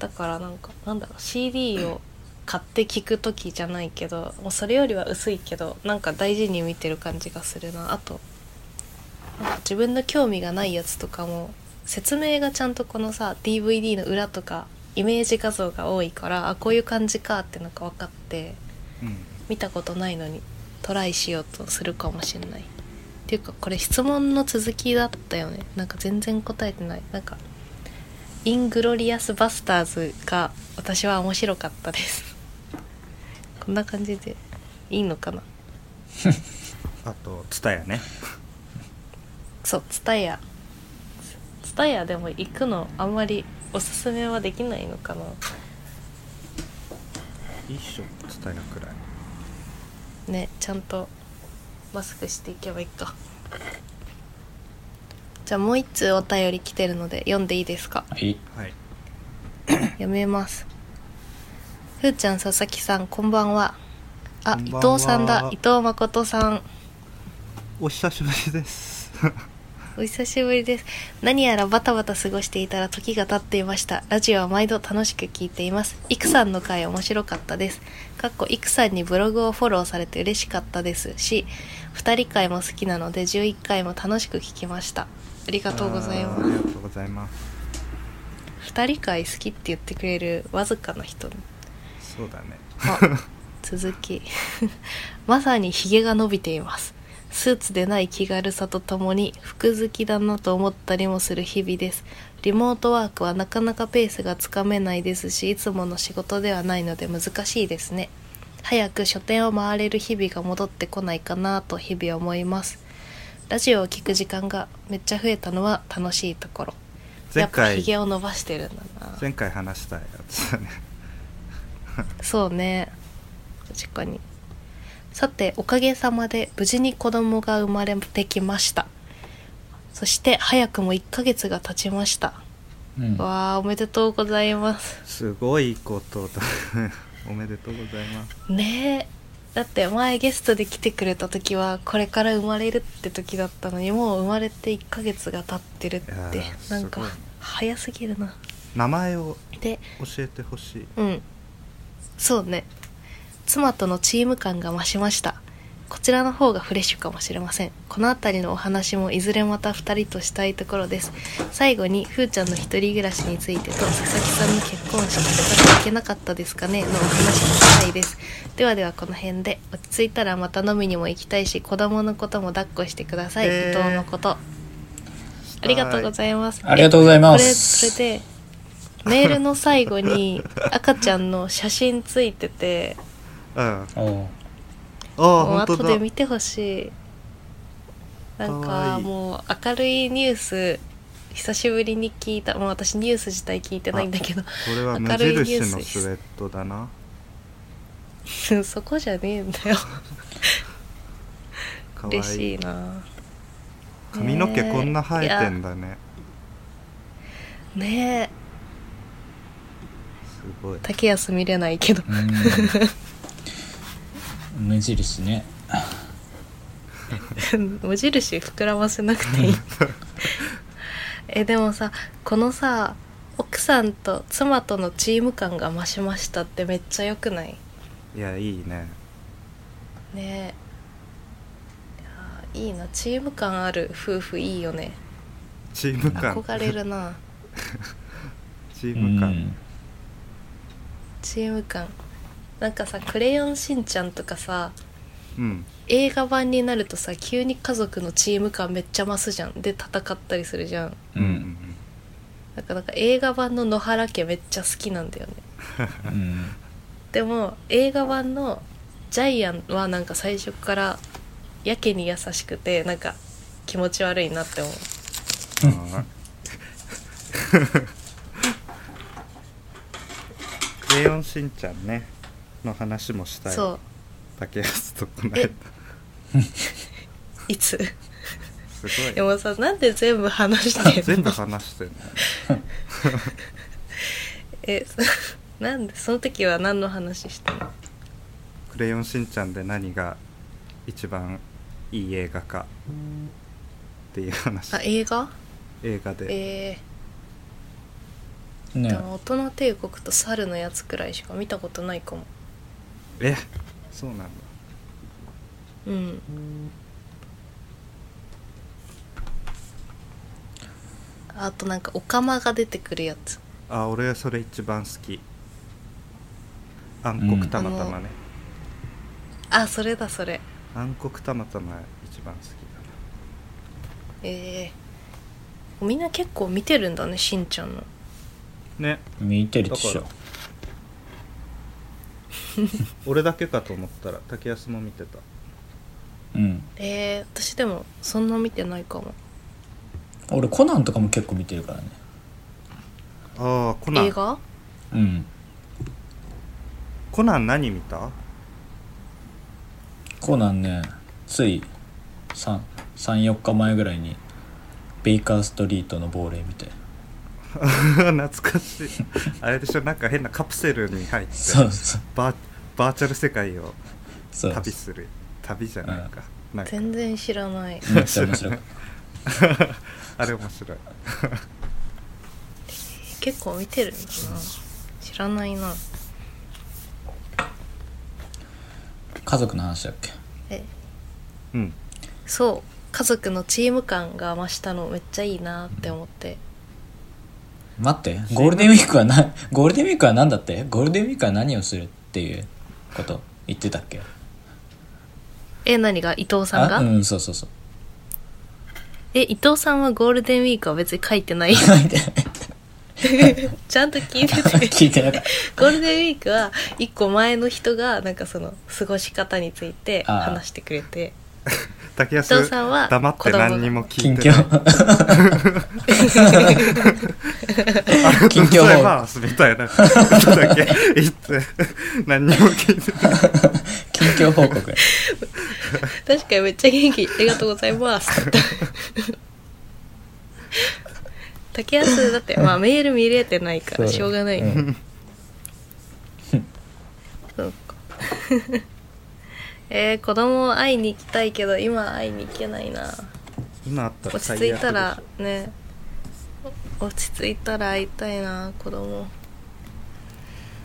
Speaker 1: だからなんかなんだろう CD を買って聞く時じゃないけどもうそれよりは薄いけどなんか大事に見てる感じがするなあとなんか自分の興味がないやつとかも説明がちゃんとこのさ DVD の裏とかイメージ画像が多いからあこういう感じかってのが分かって
Speaker 3: うん
Speaker 1: 見たことないのにトライしようとするかもしれないっていうかこれ質問の続きだったよねなんか全然答えてないなんか「イングロリアスバスターズ」が私は面白かったです こんな感じでいいのかな
Speaker 3: あとツタヤね
Speaker 1: そうツタヤツタヤでも行くのあんまりおすすめはできないのかない
Speaker 3: いっしょツタヤくらい
Speaker 1: ねちゃんとマスクしていけばいいかじゃあもう一通お便り来てるので読んでいいです か
Speaker 2: はい
Speaker 3: はい
Speaker 1: 読めますふーちゃん佐々木さんこんばんはあ
Speaker 3: こんばんは
Speaker 1: 伊藤さんだ伊藤誠さん
Speaker 3: お久しぶりです
Speaker 1: お久しぶりです何やらバタバタ過ごしていたら時が経っていましたラジオは毎度楽しく聞いていますいくさんの回面白かったですかっこいくさんにブログをフォローされて嬉しかったですし2人会も好きなので11回も楽しく聞きましたあり
Speaker 3: あ
Speaker 1: がとうござい
Speaker 3: ー
Speaker 1: ま
Speaker 3: あり
Speaker 1: す
Speaker 3: がとうございます
Speaker 1: 2人会好きって言ってくれるわずかな人
Speaker 3: そうだね
Speaker 1: あ続き まさにヒゲが伸びていますスーツでない気軽さとともに服好きだなと思ったりもする日々ですリモートワークはなかなかペースがつかめないですしいつもの仕事ではないので難しいですね早く書店を回れる日々が戻ってこないかなと日々思いますラジオを聞く時間がめっちゃ増えたのは楽しいところや
Speaker 3: 前
Speaker 1: っぱ
Speaker 3: 回
Speaker 1: ヒゲを伸ばしてるんだな
Speaker 3: 前回話したやつだね
Speaker 1: そうね確かにさておかげさまで無事に子供が生まれてきましたそして早くも1ヶ月が経ちました、
Speaker 2: うん
Speaker 1: わあおめでとうございます
Speaker 3: すごいことだおめでとうございます
Speaker 1: ねえだって前ゲストで来てくれた時はこれから生まれるって時だったのにもう生まれて1ヶ月が経ってるっ
Speaker 3: いや
Speaker 1: て
Speaker 3: ー
Speaker 1: なんか
Speaker 3: すごいね
Speaker 1: 早すぎるな
Speaker 3: 名前を
Speaker 1: で
Speaker 3: 教えてほしい
Speaker 1: うんそうね妻とのチーム感が増しましたこちらの方がフレッシュかもしれませんこの辺りのお話もいずれまた2人としたいところです最後にふーちゃんの一人暮らしについてと佐々木さんの結婚式とか行けなかったですかねのお話もしたいですではではこの辺で落ち着いたらまた飲みにも行きたいし子供のことも抱っこしてください、
Speaker 3: えー
Speaker 1: 伊藤のことありがとうご
Speaker 3: い
Speaker 1: ざいます。
Speaker 2: ありがとうございます
Speaker 1: えこれ、それで、メールの最後に赤ちゃんの写真ついてて、
Speaker 3: ます
Speaker 2: おう
Speaker 3: うんああ
Speaker 1: もう
Speaker 3: 本当
Speaker 1: 後
Speaker 3: だ
Speaker 1: で見てほしい。なん
Speaker 3: かわ
Speaker 1: か
Speaker 3: いい
Speaker 1: もう明るいニュース、久しぶりに聞いた、もう私ニュース自体聞いてないんだけど、
Speaker 3: これは無
Speaker 1: 明るいニュース
Speaker 3: 印のスウェットだな
Speaker 1: そこじゃねえんだよ。
Speaker 3: かわい
Speaker 1: 嬉しいな。
Speaker 3: 髪の毛こんな生えてん
Speaker 1: だ。
Speaker 3: だね
Speaker 1: ねえ、
Speaker 3: すごい
Speaker 1: 竹安見れないけど。
Speaker 2: うん 無印ね
Speaker 1: 無印膨らませなくていい えでもさこのさ奥さんと妻とのチーム感が増しましたってめっちゃ良くない
Speaker 3: いやいいね
Speaker 1: ねえいやいいなチーム感ある夫婦いいよね
Speaker 3: チーム感
Speaker 1: 憧れるな
Speaker 3: チーム
Speaker 2: う
Speaker 3: 感
Speaker 2: ん
Speaker 1: チーム感なんかさ「クレヨンしんちゃん」とかさ
Speaker 3: うん
Speaker 1: 映画版になるとさ急に家族のチーム感めっちゃ増すじゃんで戦ったりするじゃん
Speaker 2: う
Speaker 3: うんうんん
Speaker 1: なんかなんか映画版の野原家めっちゃ好きなんだよね
Speaker 2: うん
Speaker 1: でも映画版のジャイアンはなんか最初からやけに優しくてなんか気持ち悪いなって思う
Speaker 3: あークレヨンしんちゃんねの話もしたい
Speaker 1: そう
Speaker 3: 竹安とこないだ
Speaker 1: いつ
Speaker 3: す
Speaker 1: で
Speaker 3: ごい
Speaker 1: もさなんで全部話してんの
Speaker 3: 全部話してるね
Speaker 1: えそなんでその時は何の話してんの
Speaker 3: 「クレヨンしんちゃん」で何が一番いい映画かっていう話
Speaker 1: あ映画
Speaker 3: 映画で
Speaker 1: え
Speaker 2: う
Speaker 1: ー、
Speaker 2: んね
Speaker 1: でも大人帝国と猿のやつくらいしか見たことないかも
Speaker 3: えそうなんだ
Speaker 1: うんあとなんかオカマが出てくるやつ
Speaker 3: あ俺それ一番好き暗黒たまたまね、
Speaker 1: あそれだそれ
Speaker 3: 暗黒たまたま一番好き
Speaker 1: えー、みんな結構見てるんだねしんちゃんの
Speaker 3: だなね
Speaker 2: 見てるでし
Speaker 3: だ
Speaker 2: ょ
Speaker 3: か 俺だけかと思ったら竹安も見てた
Speaker 2: うん
Speaker 1: えー、私でもそんな見てないかも
Speaker 2: 俺コナンとかも結構見てるからね
Speaker 3: ああコナ
Speaker 1: 映
Speaker 3: ン
Speaker 1: 画
Speaker 2: うん
Speaker 3: コナン何見た
Speaker 2: コナンねつい34日前ぐらいにベイカーストリートの亡霊見て
Speaker 3: 懐かしいあれでしょなんか変なカプセルに入って
Speaker 2: そうそう
Speaker 3: バーバーチャル世界を
Speaker 2: そう
Speaker 3: 旅する旅じゃないか,、なんか
Speaker 1: 全然知らない
Speaker 2: めっちゃ面白い
Speaker 3: あれ面白い
Speaker 1: 結構見てるんだな知らないな
Speaker 2: 家族の話だっけ
Speaker 1: え
Speaker 3: うん
Speaker 1: そう家族のチーム感が増したのめっちゃいいなって思って
Speaker 2: 待ってゴールデンウィークはなゴールデンウィークは何だってゴールデンウィークは何をするっていうこと言ってたっけ
Speaker 1: え何が伊藤さんが、
Speaker 2: あうんそうそうそう
Speaker 1: え伊藤さんはゴールデンウィークは別に書いて ない
Speaker 2: 書いてない
Speaker 1: ちゃんと聞いて て
Speaker 2: 聞いてなかっ
Speaker 1: ゴールデンウィークは一個前の人がなんかその過ごし方について話してくれて
Speaker 3: 竹
Speaker 1: 伊藤
Speaker 3: 安
Speaker 1: さんは
Speaker 3: 黙って何にも
Speaker 2: た
Speaker 3: 聞
Speaker 2: 近
Speaker 3: いてない
Speaker 2: 況
Speaker 3: ありがとうござい
Speaker 2: 近況報
Speaker 3: ますみたいなことだけ言って何にも聞いてない
Speaker 2: 近況報告
Speaker 1: 確かにめっちゃ元気ありがとうございますって竹安だってまあメール見れてないから
Speaker 2: そう
Speaker 1: しょうがない、
Speaker 2: うん
Speaker 1: そうか えー、子供会いに行きたいけど今会いに行けないな
Speaker 3: 今あったら
Speaker 1: 落ち
Speaker 3: 最悪
Speaker 1: 着いた
Speaker 3: で
Speaker 1: ら
Speaker 3: し
Speaker 1: ね落ち着いたら会いたいな子供
Speaker 3: ょ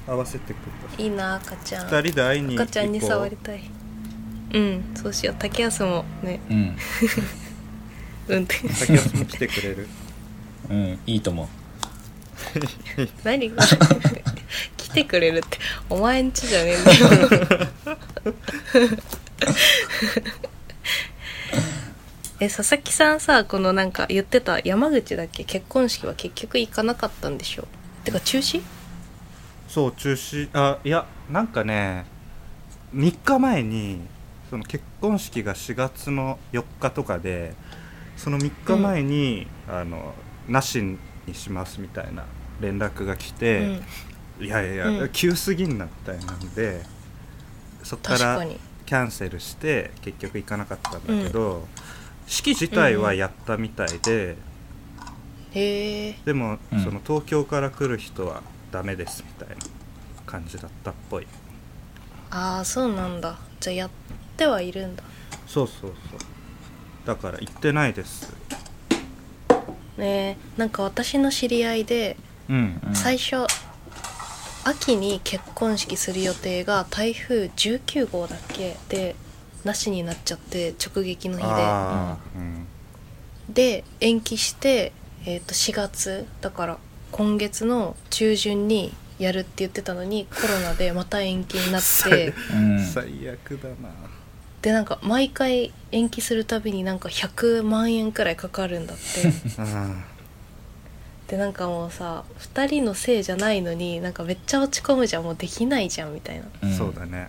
Speaker 3: 合わせてく
Speaker 1: いいな赤ちゃ
Speaker 3: ださい
Speaker 1: ん
Speaker 3: 二人で会いに行
Speaker 1: 赤
Speaker 3: こう
Speaker 1: ちゃんに触りたいうんそうしよう竹安もね
Speaker 2: うん、
Speaker 1: 運転
Speaker 3: 竹安も来てくれる
Speaker 2: うん、いいと思う
Speaker 1: 何が 来てくれるってお前んちじゃねえんだよ え佐々木さんさこのなんか言ってた山口だっけ結婚式は結局行かなかったんでしょてか中止
Speaker 3: そう中止あいやなんかね3日前にその結婚式が4月の4日とかでその3日前に、あのなしにしますみたいな連絡が来て、いやいやいや、
Speaker 1: うん
Speaker 3: 急すぎんなみたいなんでそっか
Speaker 1: 確
Speaker 3: ら
Speaker 1: かに
Speaker 3: キャンセルして結局行かなかったんだけど、式自体はやったみたいで、
Speaker 1: へえ
Speaker 3: でも、
Speaker 2: うん
Speaker 3: その東京から来る人はダメですみたいな感じだったっぽい
Speaker 1: ああそうなんだじゃあやってはいるんだ
Speaker 3: そうそうそうだから行ってないです
Speaker 1: ねえなんか私の知り合いで
Speaker 3: うん
Speaker 2: うん
Speaker 1: 最初秋に結婚式する予定が台風19号だっけでなしになっちゃって直撃の日
Speaker 3: ああうん
Speaker 1: でで延期して、えー、と4月だから今月の中旬にやるって言ってたのにコロナでまた延期になっ
Speaker 3: 最
Speaker 1: て
Speaker 2: うん、
Speaker 3: 最悪だな
Speaker 1: でなんか毎回延期するたびになんか100万円くらいかかるんだって
Speaker 3: うん
Speaker 1: でなんかもうさ2人のせいじゃないのになんかめっちゃ落ち込むじゃんもうできないじゃんみたいな
Speaker 2: うん
Speaker 3: そうだね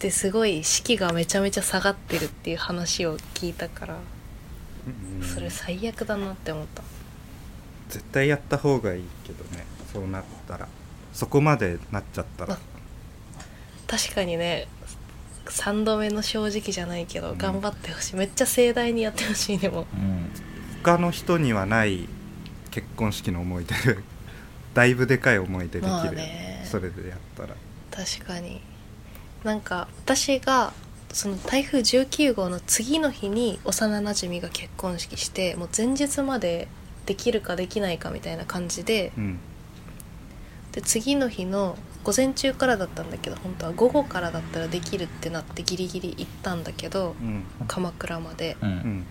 Speaker 1: ですごい士気がめちゃめちゃ下がってるっていう話を聞いたから
Speaker 3: うん
Speaker 1: それ最悪だなって思った
Speaker 3: 絶対やった方がいいけどねそうなったらそこまでなっちゃったら
Speaker 1: あ確かにね3度目の正直じゃないけど
Speaker 3: うん
Speaker 1: 頑張ってほしいめっちゃ盛大にやってほしいでも
Speaker 2: うん
Speaker 3: 他の人にはない結婚式の思い出 だいぶでかい思い出できる、
Speaker 1: まあね
Speaker 3: それでやったら
Speaker 1: 確かになんか私がその台風19号の次の日に幼なじみが結婚式してもう前日までできるかできないかみたいな感じで
Speaker 3: うん
Speaker 1: で次の日の午前中からだったんだけど本当は午後からだったらできるってなってギリギリ行ったんだけど
Speaker 3: うん
Speaker 1: 鎌倉まで
Speaker 2: う
Speaker 3: うんん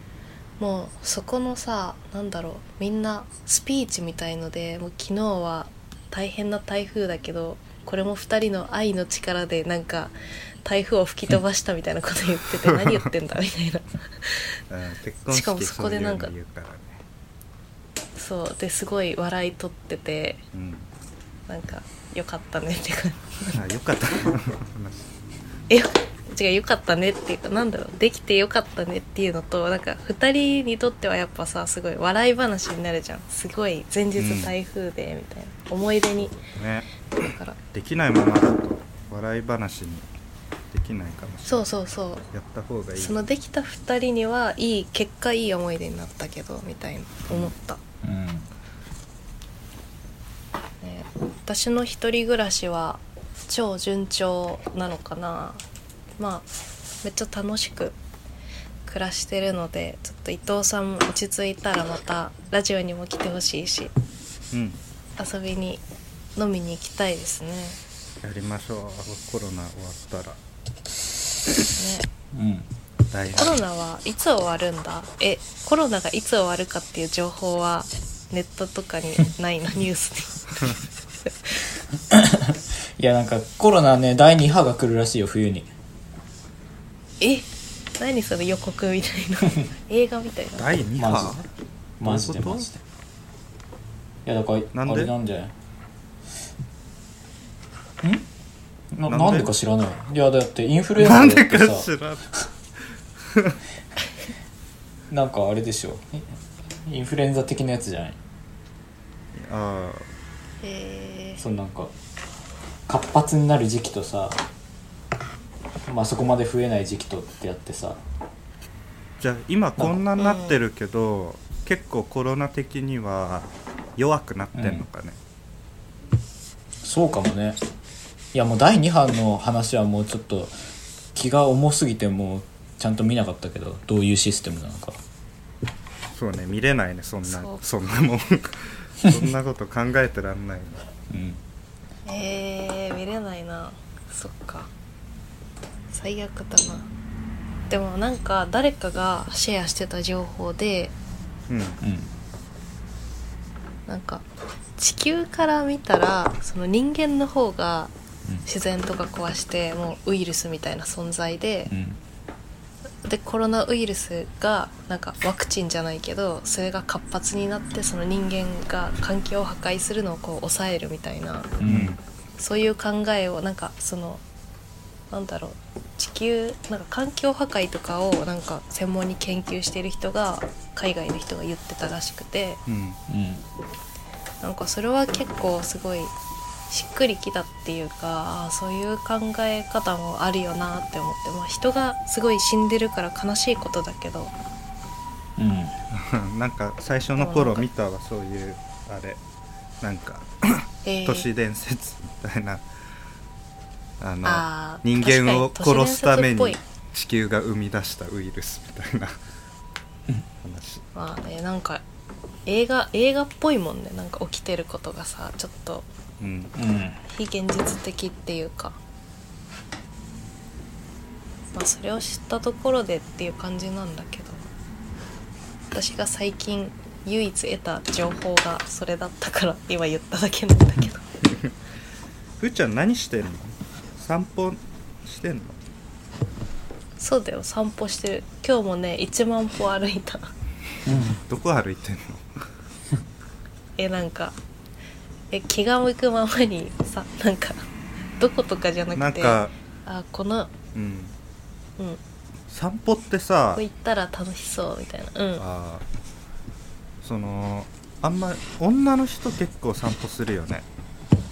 Speaker 1: もうそこのさなんだろうみんなスピーチみたいのでもう昨日は大変な台風だけどこれも2人の愛の力でなんか台風を吹き飛ばしたみたいなこと言 ってて何言ってんだみたいな
Speaker 3: うん結婚
Speaker 1: しかも
Speaker 3: 式
Speaker 1: そ
Speaker 3: そ
Speaker 1: こ
Speaker 3: うい
Speaker 1: で
Speaker 3: う
Speaker 1: なん
Speaker 3: の
Speaker 1: か
Speaker 3: 言うからね、
Speaker 1: そうですごい笑い取ってて
Speaker 3: うん、
Speaker 1: なんかよかったねって感じ
Speaker 3: あよかった
Speaker 1: え違うよかったねっていうかなんだろうできてよかったねっていうのとなんか2人にとってはやっぱさすごい笑い話になるじゃんすごい前日
Speaker 3: うん
Speaker 1: 台風でみたいな、思い出に
Speaker 3: ね
Speaker 1: だから
Speaker 3: できないままだと笑い話にできないかもしれ
Speaker 1: そうそうそ
Speaker 3: ないやった方が
Speaker 1: う
Speaker 3: いい
Speaker 1: そのできた2人にはいい結果いい思い出になったけどみたいな思った、
Speaker 2: うん
Speaker 1: ね、私の一人暮らしは超順調なのかなまあめっちゃ楽しく暮らしてるのでちょっと伊藤さんも落ち着いたらまたラジオにも来てほしいし
Speaker 3: うん
Speaker 1: 遊びに飲みに行きたいですね
Speaker 3: やりましょうコロナ終わったら
Speaker 1: ね
Speaker 2: うん
Speaker 3: 大
Speaker 1: コロ
Speaker 3: 変
Speaker 1: ナはいつ終わるんだえコロナがいつ終わるかっていう情報はネットとかにないのニュース
Speaker 2: いやなんかコロナね第2波が来るらしいよ冬に
Speaker 1: にえ何それ予告みたいな映画みたいな
Speaker 3: 第2
Speaker 2: マ
Speaker 3: 波
Speaker 2: マジで
Speaker 3: どういうこと
Speaker 2: マジでいやだから
Speaker 3: なんで
Speaker 2: あれなんじゃないんな
Speaker 3: なんで
Speaker 2: なんでか知らないいやだってインフルエン
Speaker 3: な
Speaker 2: ザ
Speaker 3: ん
Speaker 2: だ
Speaker 3: で
Speaker 2: って
Speaker 3: か
Speaker 2: さ
Speaker 3: しらん
Speaker 2: なんかあれでしょインフルエンザ的なやつじゃない
Speaker 3: あ
Speaker 1: え
Speaker 2: そのなんか活発になる時期とさまあそこまで増えない時期とってやってさ
Speaker 3: ーじゃあ今こんなになってるけど、結構コロナ的には弱くなってんのかね、
Speaker 2: そうかもねいやもう第2波の話はもうちょっと気が重すぎてもうちゃんと見なかったけどどういうシステムなのか
Speaker 3: そうね見れないねそんな
Speaker 1: そう
Speaker 3: そん なもんそんなこと考えてらんないね
Speaker 2: うん
Speaker 1: えー、見れないなそっか最悪だなでもなんか誰かがシェアしてた情報で
Speaker 3: うん
Speaker 2: うん
Speaker 1: なんか地球から見たらその人間の方が
Speaker 2: うん
Speaker 1: 自然とか壊してもうウイルスみたいな存在で
Speaker 2: うん
Speaker 1: でコロナウイルスがなんかワクチンじゃないけどそれが活発になってその人間が環境を破壊するのをこう抑えるみたいな
Speaker 2: う
Speaker 3: うんん
Speaker 1: そういう考えをなんかそのなんだろう地球なんか環境破壊とかをなんか専門に研究してる人が海外の人が言ってたらしくて
Speaker 3: うん
Speaker 2: うん
Speaker 1: なんかそれは結構すごいしっくりきたっていうかああそういう考え方もあるよなって思って、まあ、人がすごい死んでるから悲しいことだけど
Speaker 2: うん
Speaker 3: なん か最初の頃見たわそういうあれなんか
Speaker 1: えー
Speaker 3: 都市伝説みたいなあの
Speaker 1: あー
Speaker 3: 人間を
Speaker 1: 確かに
Speaker 3: 殺すため
Speaker 1: 都市伝
Speaker 3: に
Speaker 1: 説っぽい
Speaker 3: 地球が生み出したウイルスみたいな話
Speaker 1: まあねなんか映画映画っぽいもんねなんか起きてることがさちょっと
Speaker 3: うん
Speaker 2: うん
Speaker 1: 非現実的っていうか、まあ、それを知ったところでっていう感じなんだけど私が最近唯一得た情報がそれだったから今言っただけなんだけど
Speaker 3: ふーちゃん何してんの散歩してんの
Speaker 1: そうだよ散歩してる今日もね1万歩歩いた
Speaker 3: どこ歩いてんの
Speaker 1: えなんかえ気が向くままにさなんかどことかじゃな
Speaker 3: なん
Speaker 1: くて
Speaker 3: か、
Speaker 1: あこの
Speaker 3: うん、
Speaker 1: うん
Speaker 3: 散歩ってさ
Speaker 1: ここ行ったら楽しそうみたいなうん
Speaker 3: あーそのあんま女の人結構散歩するよね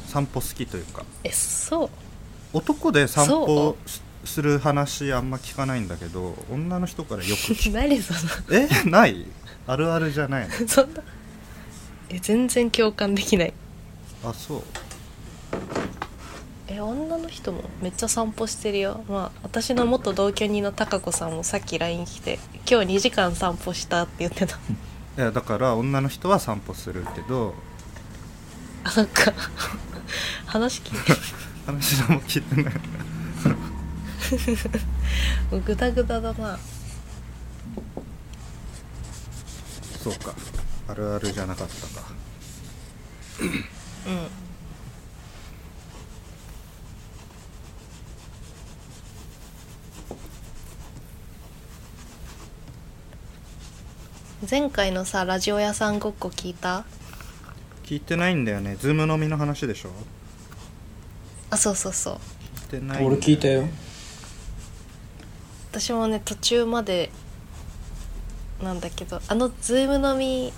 Speaker 3: 散歩好きというか
Speaker 1: えそう
Speaker 3: 男で散
Speaker 1: そ
Speaker 3: 歩すする話あんま聞かないんだけど女の人からよく 聞
Speaker 1: 何その
Speaker 3: くえないあるあるじゃないの
Speaker 1: そんなえ全然共感できない
Speaker 3: あそう
Speaker 1: え女の人もめっちゃ散歩してるよまあ私の元同居人の貴子さんもさっき LINE 来て「今日2時間散歩した」って言って た
Speaker 3: いやだから女の人は散歩するけど
Speaker 1: あなんか話聞いて
Speaker 3: 話何も聞いてない
Speaker 1: もうグダグダだな
Speaker 3: そうかあるあるじゃなかったか
Speaker 1: うん前回のさラジオ屋さんごっこ聞いた
Speaker 3: 聞いてないんだよねズーム飲みの話でしょ
Speaker 1: あそうそうそう
Speaker 3: 聞いてないんだね
Speaker 2: 俺聞いたよ
Speaker 1: 私もね途中までなんだけどあのズーム飲み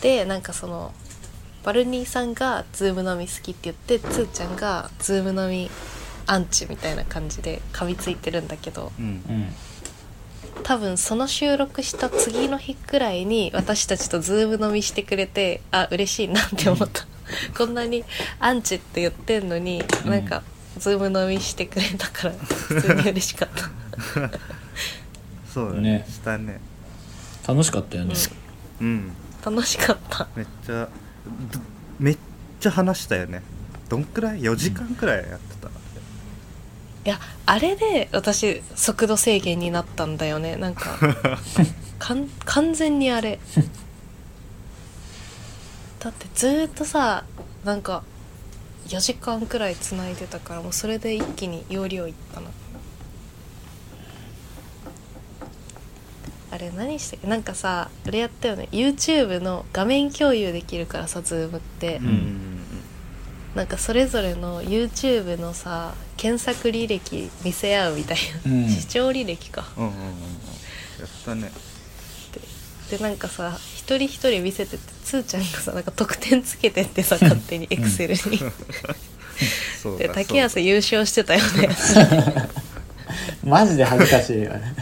Speaker 1: でなんかそのバルニーさんがズーム飲み好きって言ってつーちゃんがズーム飲みアンチみたいな感じで噛みついてるんだけど
Speaker 3: うん
Speaker 2: うん
Speaker 1: 多分その収録した次の日くらいに私たちとズーム飲みしてくれてあ嬉しいなって思った、こんなにアンチって言ってんのに、
Speaker 2: うん
Speaker 1: なんかズーム飲みしてくれたから普通に嬉しかった。
Speaker 3: そうだね
Speaker 2: ね
Speaker 3: したね
Speaker 2: 楽しかったよね
Speaker 3: うん
Speaker 1: 楽しかった
Speaker 3: めっちゃどめっちゃ話したよねどんくらい4時間くらいやってた、
Speaker 1: いやあれで私速度制限になったんだよねなん かかん完全にあれだってずーっとさなんか4時間くらい繋いでたからもうそれで一気に容量いったなあれ何してなんかさあれやったよね YouTube の画面共有できるからさ Zoom って、
Speaker 2: うん
Speaker 1: なんかそれぞれの YouTube のさ検索履歴見せ合うみたいな、
Speaker 2: うん
Speaker 1: 視聴履歴か
Speaker 3: うんうんうんうんやったね
Speaker 1: でなんかさ一人一人見せててつーちゃんがさなんか得点つけてってさ勝手にエクセルに、
Speaker 3: そう
Speaker 1: で
Speaker 3: だ
Speaker 1: 竹 安優勝してたよね
Speaker 2: マジで恥ずかしいよね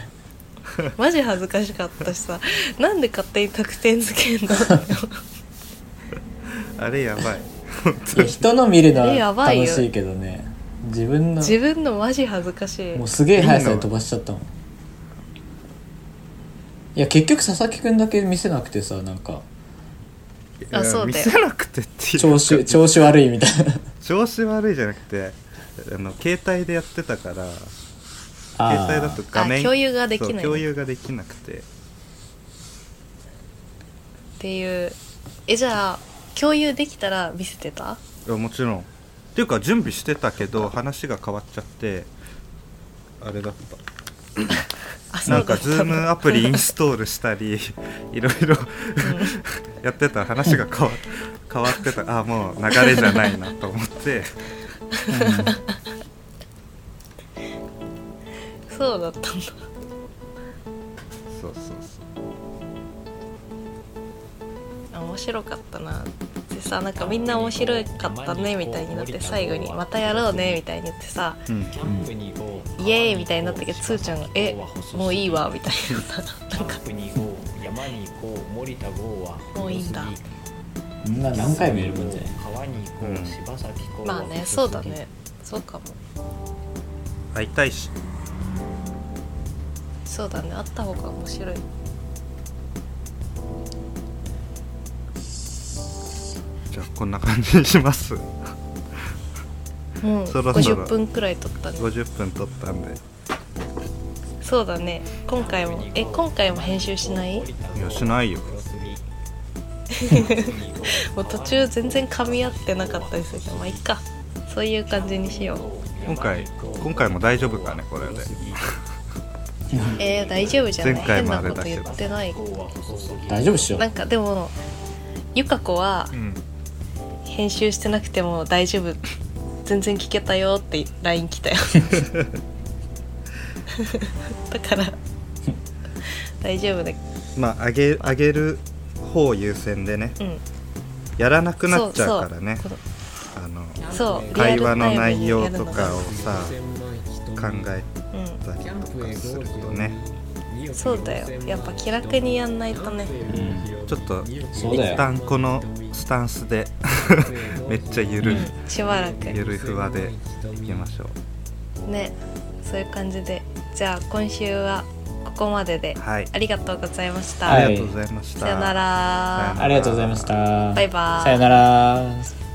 Speaker 1: マジ恥ずかしかったしさなんで勝手に得点つけんの
Speaker 3: あれやばい
Speaker 2: いや人の見るの
Speaker 1: えや
Speaker 2: は
Speaker 1: ばいよ
Speaker 2: 楽しいけどね自分の
Speaker 1: 自分のマジ恥ずかしい
Speaker 2: もうすげえ速さで飛ばしちゃったもんいや結局佐々木くんだけ見せなくてさなんか
Speaker 1: あそう
Speaker 3: 見
Speaker 1: だよ
Speaker 3: せなくてっていうか
Speaker 2: 調子調子悪いみたいな
Speaker 3: 調子悪いじゃなくてあの携帯でやってたから 携
Speaker 2: あ
Speaker 3: 帯だと
Speaker 2: ー
Speaker 3: 画面
Speaker 1: あ共有ができない
Speaker 3: そう共有ができなくて
Speaker 1: っていうえじゃあ共有できたら見せてた
Speaker 3: いやもちろんっていうか準備してたけど話が変わっちゃってあれだった
Speaker 1: あそう
Speaker 3: な
Speaker 1: だ
Speaker 3: んか
Speaker 1: っただ
Speaker 3: Zoom アプリインストールしたり いろいろやってたら話が変わ変わってたあもう流れじゃないなと思って
Speaker 1: そうだったんだ
Speaker 3: そうそうそ
Speaker 1: あ面白かったなでさなんかみんな面白かったねみたいになって最後に「またやろうね」みたいに言ってさ
Speaker 3: う、うん、
Speaker 1: 「イエーイ!」みたいになったけどつーちゃんが「えもういいわ」みたいななんか
Speaker 4: 山に行こう森田剛は
Speaker 1: もういいんだ
Speaker 2: みんな何回もやるもんね
Speaker 4: 川に行こ
Speaker 3: うん
Speaker 4: う柴咲コウは
Speaker 1: まあねそうだねそうかも
Speaker 3: 会いたいし
Speaker 1: そうだねあった方が面白い
Speaker 3: じゃあこんな感じにします
Speaker 1: もう
Speaker 3: そろそろ
Speaker 1: 50分くらい撮ったね
Speaker 3: 50分撮ったんで
Speaker 1: そうだね今回もえ今回も編集しない
Speaker 3: いやしないよ
Speaker 1: もう途中全然噛み合ってなかったりするけどまあいっかそういう感じにしよう
Speaker 3: 今回今回も大丈夫かねこれで
Speaker 1: えー、大丈夫じゃない
Speaker 3: 前回
Speaker 1: 変
Speaker 3: も
Speaker 1: な
Speaker 3: あれ
Speaker 1: こと
Speaker 3: だけど
Speaker 1: 言ってない
Speaker 2: 大丈夫っしょ
Speaker 1: なんかでもゆか子は
Speaker 3: うん
Speaker 1: 編集してなくても大丈夫全然聞けたよって LINE 来たよだから大丈夫で
Speaker 3: まあ上げ上げる方優先でね
Speaker 1: うん
Speaker 3: やらなくなっちゃうからね
Speaker 1: そうそう
Speaker 3: あの
Speaker 1: そう
Speaker 3: 会話の
Speaker 1: リアルタイム
Speaker 3: 内
Speaker 1: にや
Speaker 3: 容
Speaker 1: る
Speaker 3: と
Speaker 1: のが
Speaker 3: かをさ考え
Speaker 1: うん
Speaker 3: たり
Speaker 4: キャン
Speaker 3: と
Speaker 4: プ
Speaker 3: か
Speaker 4: へ
Speaker 3: す
Speaker 4: ゴ
Speaker 3: る
Speaker 4: ー
Speaker 3: とね
Speaker 1: そうだよやっぱ気楽にやんないとね
Speaker 3: ちょっと
Speaker 2: そうだ
Speaker 3: 一
Speaker 2: よ
Speaker 3: 旦このスタンスでめっちゃ緩い
Speaker 1: うんしばらく
Speaker 3: 緩いふわでいきましょう
Speaker 1: ねそういう感じでじゃあ今週はここまでで、
Speaker 3: はい
Speaker 1: ありがとうございました、
Speaker 2: はい
Speaker 3: ありがとうございました
Speaker 1: さよなら
Speaker 2: ありがとうございました
Speaker 1: バイバイ
Speaker 2: さよなら